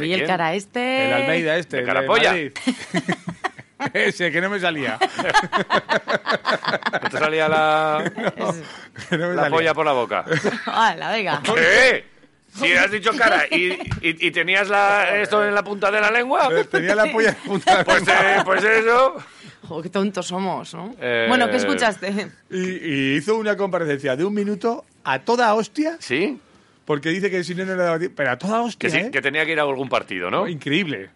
C: Y el cara este.
B: El Almeida este.
A: ¿De
B: el
A: Carapolla?
B: Madrid. Ese, que no me salía.
A: ¿No te salía la,
B: Que no me
A: la
B: salía.
A: polla por la boca?
C: Hala, venga.
A: ¿Qué? Si has dicho cara y, y- y tenías la- esto en la punta de la lengua.
B: Tenía la polla en punta de la
A: Pues,
B: lengua.
A: eh, pues eso.
C: Jo, qué tontos somos, ¿no?
A: Eh,
C: Bueno, ¿qué escuchaste?
B: Y, y hizo una comparecencia de un minuto a toda hostia.
A: Sí.
B: Porque dice que si no, no le daba tiempo. Pero a toda hostia,
A: Que, sí,
B: ¿eh?
A: que tenía que ir a algún partido, ¿no?
B: Increíble.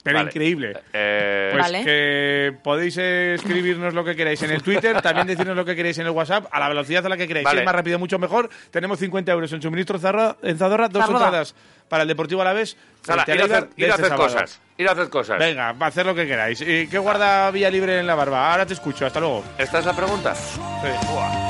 B: Pero
A: Vale.
B: increíble.
A: Eh,
B: Pues
C: Vale.
B: que podéis eh, escribirnos lo que queráis en el Twitter, también decirnos lo que queréis en el WhatsApp, a la velocidad a la que queráis.
A: Vale.
B: Si es más rápido, mucho mejor. Tenemos 50 euros en suministro Zarra- en Zadorra, dos
C: Zarroda.
B: entradas para el Deportivo Alavés.
A: Sala,
B: frente
A: ir
B: al
A: a
B: Eibar
A: hacer,
B: de
A: ir a
B: este
A: hacer
B: sábado.
A: cosas. Ir a hacer cosas.
B: Venga, va a hacer lo que queráis. ¿Y qué guarda Vía Libre en la barba? Ahora te escucho, hasta luego.
A: ¿Esta es la pregunta? Buah.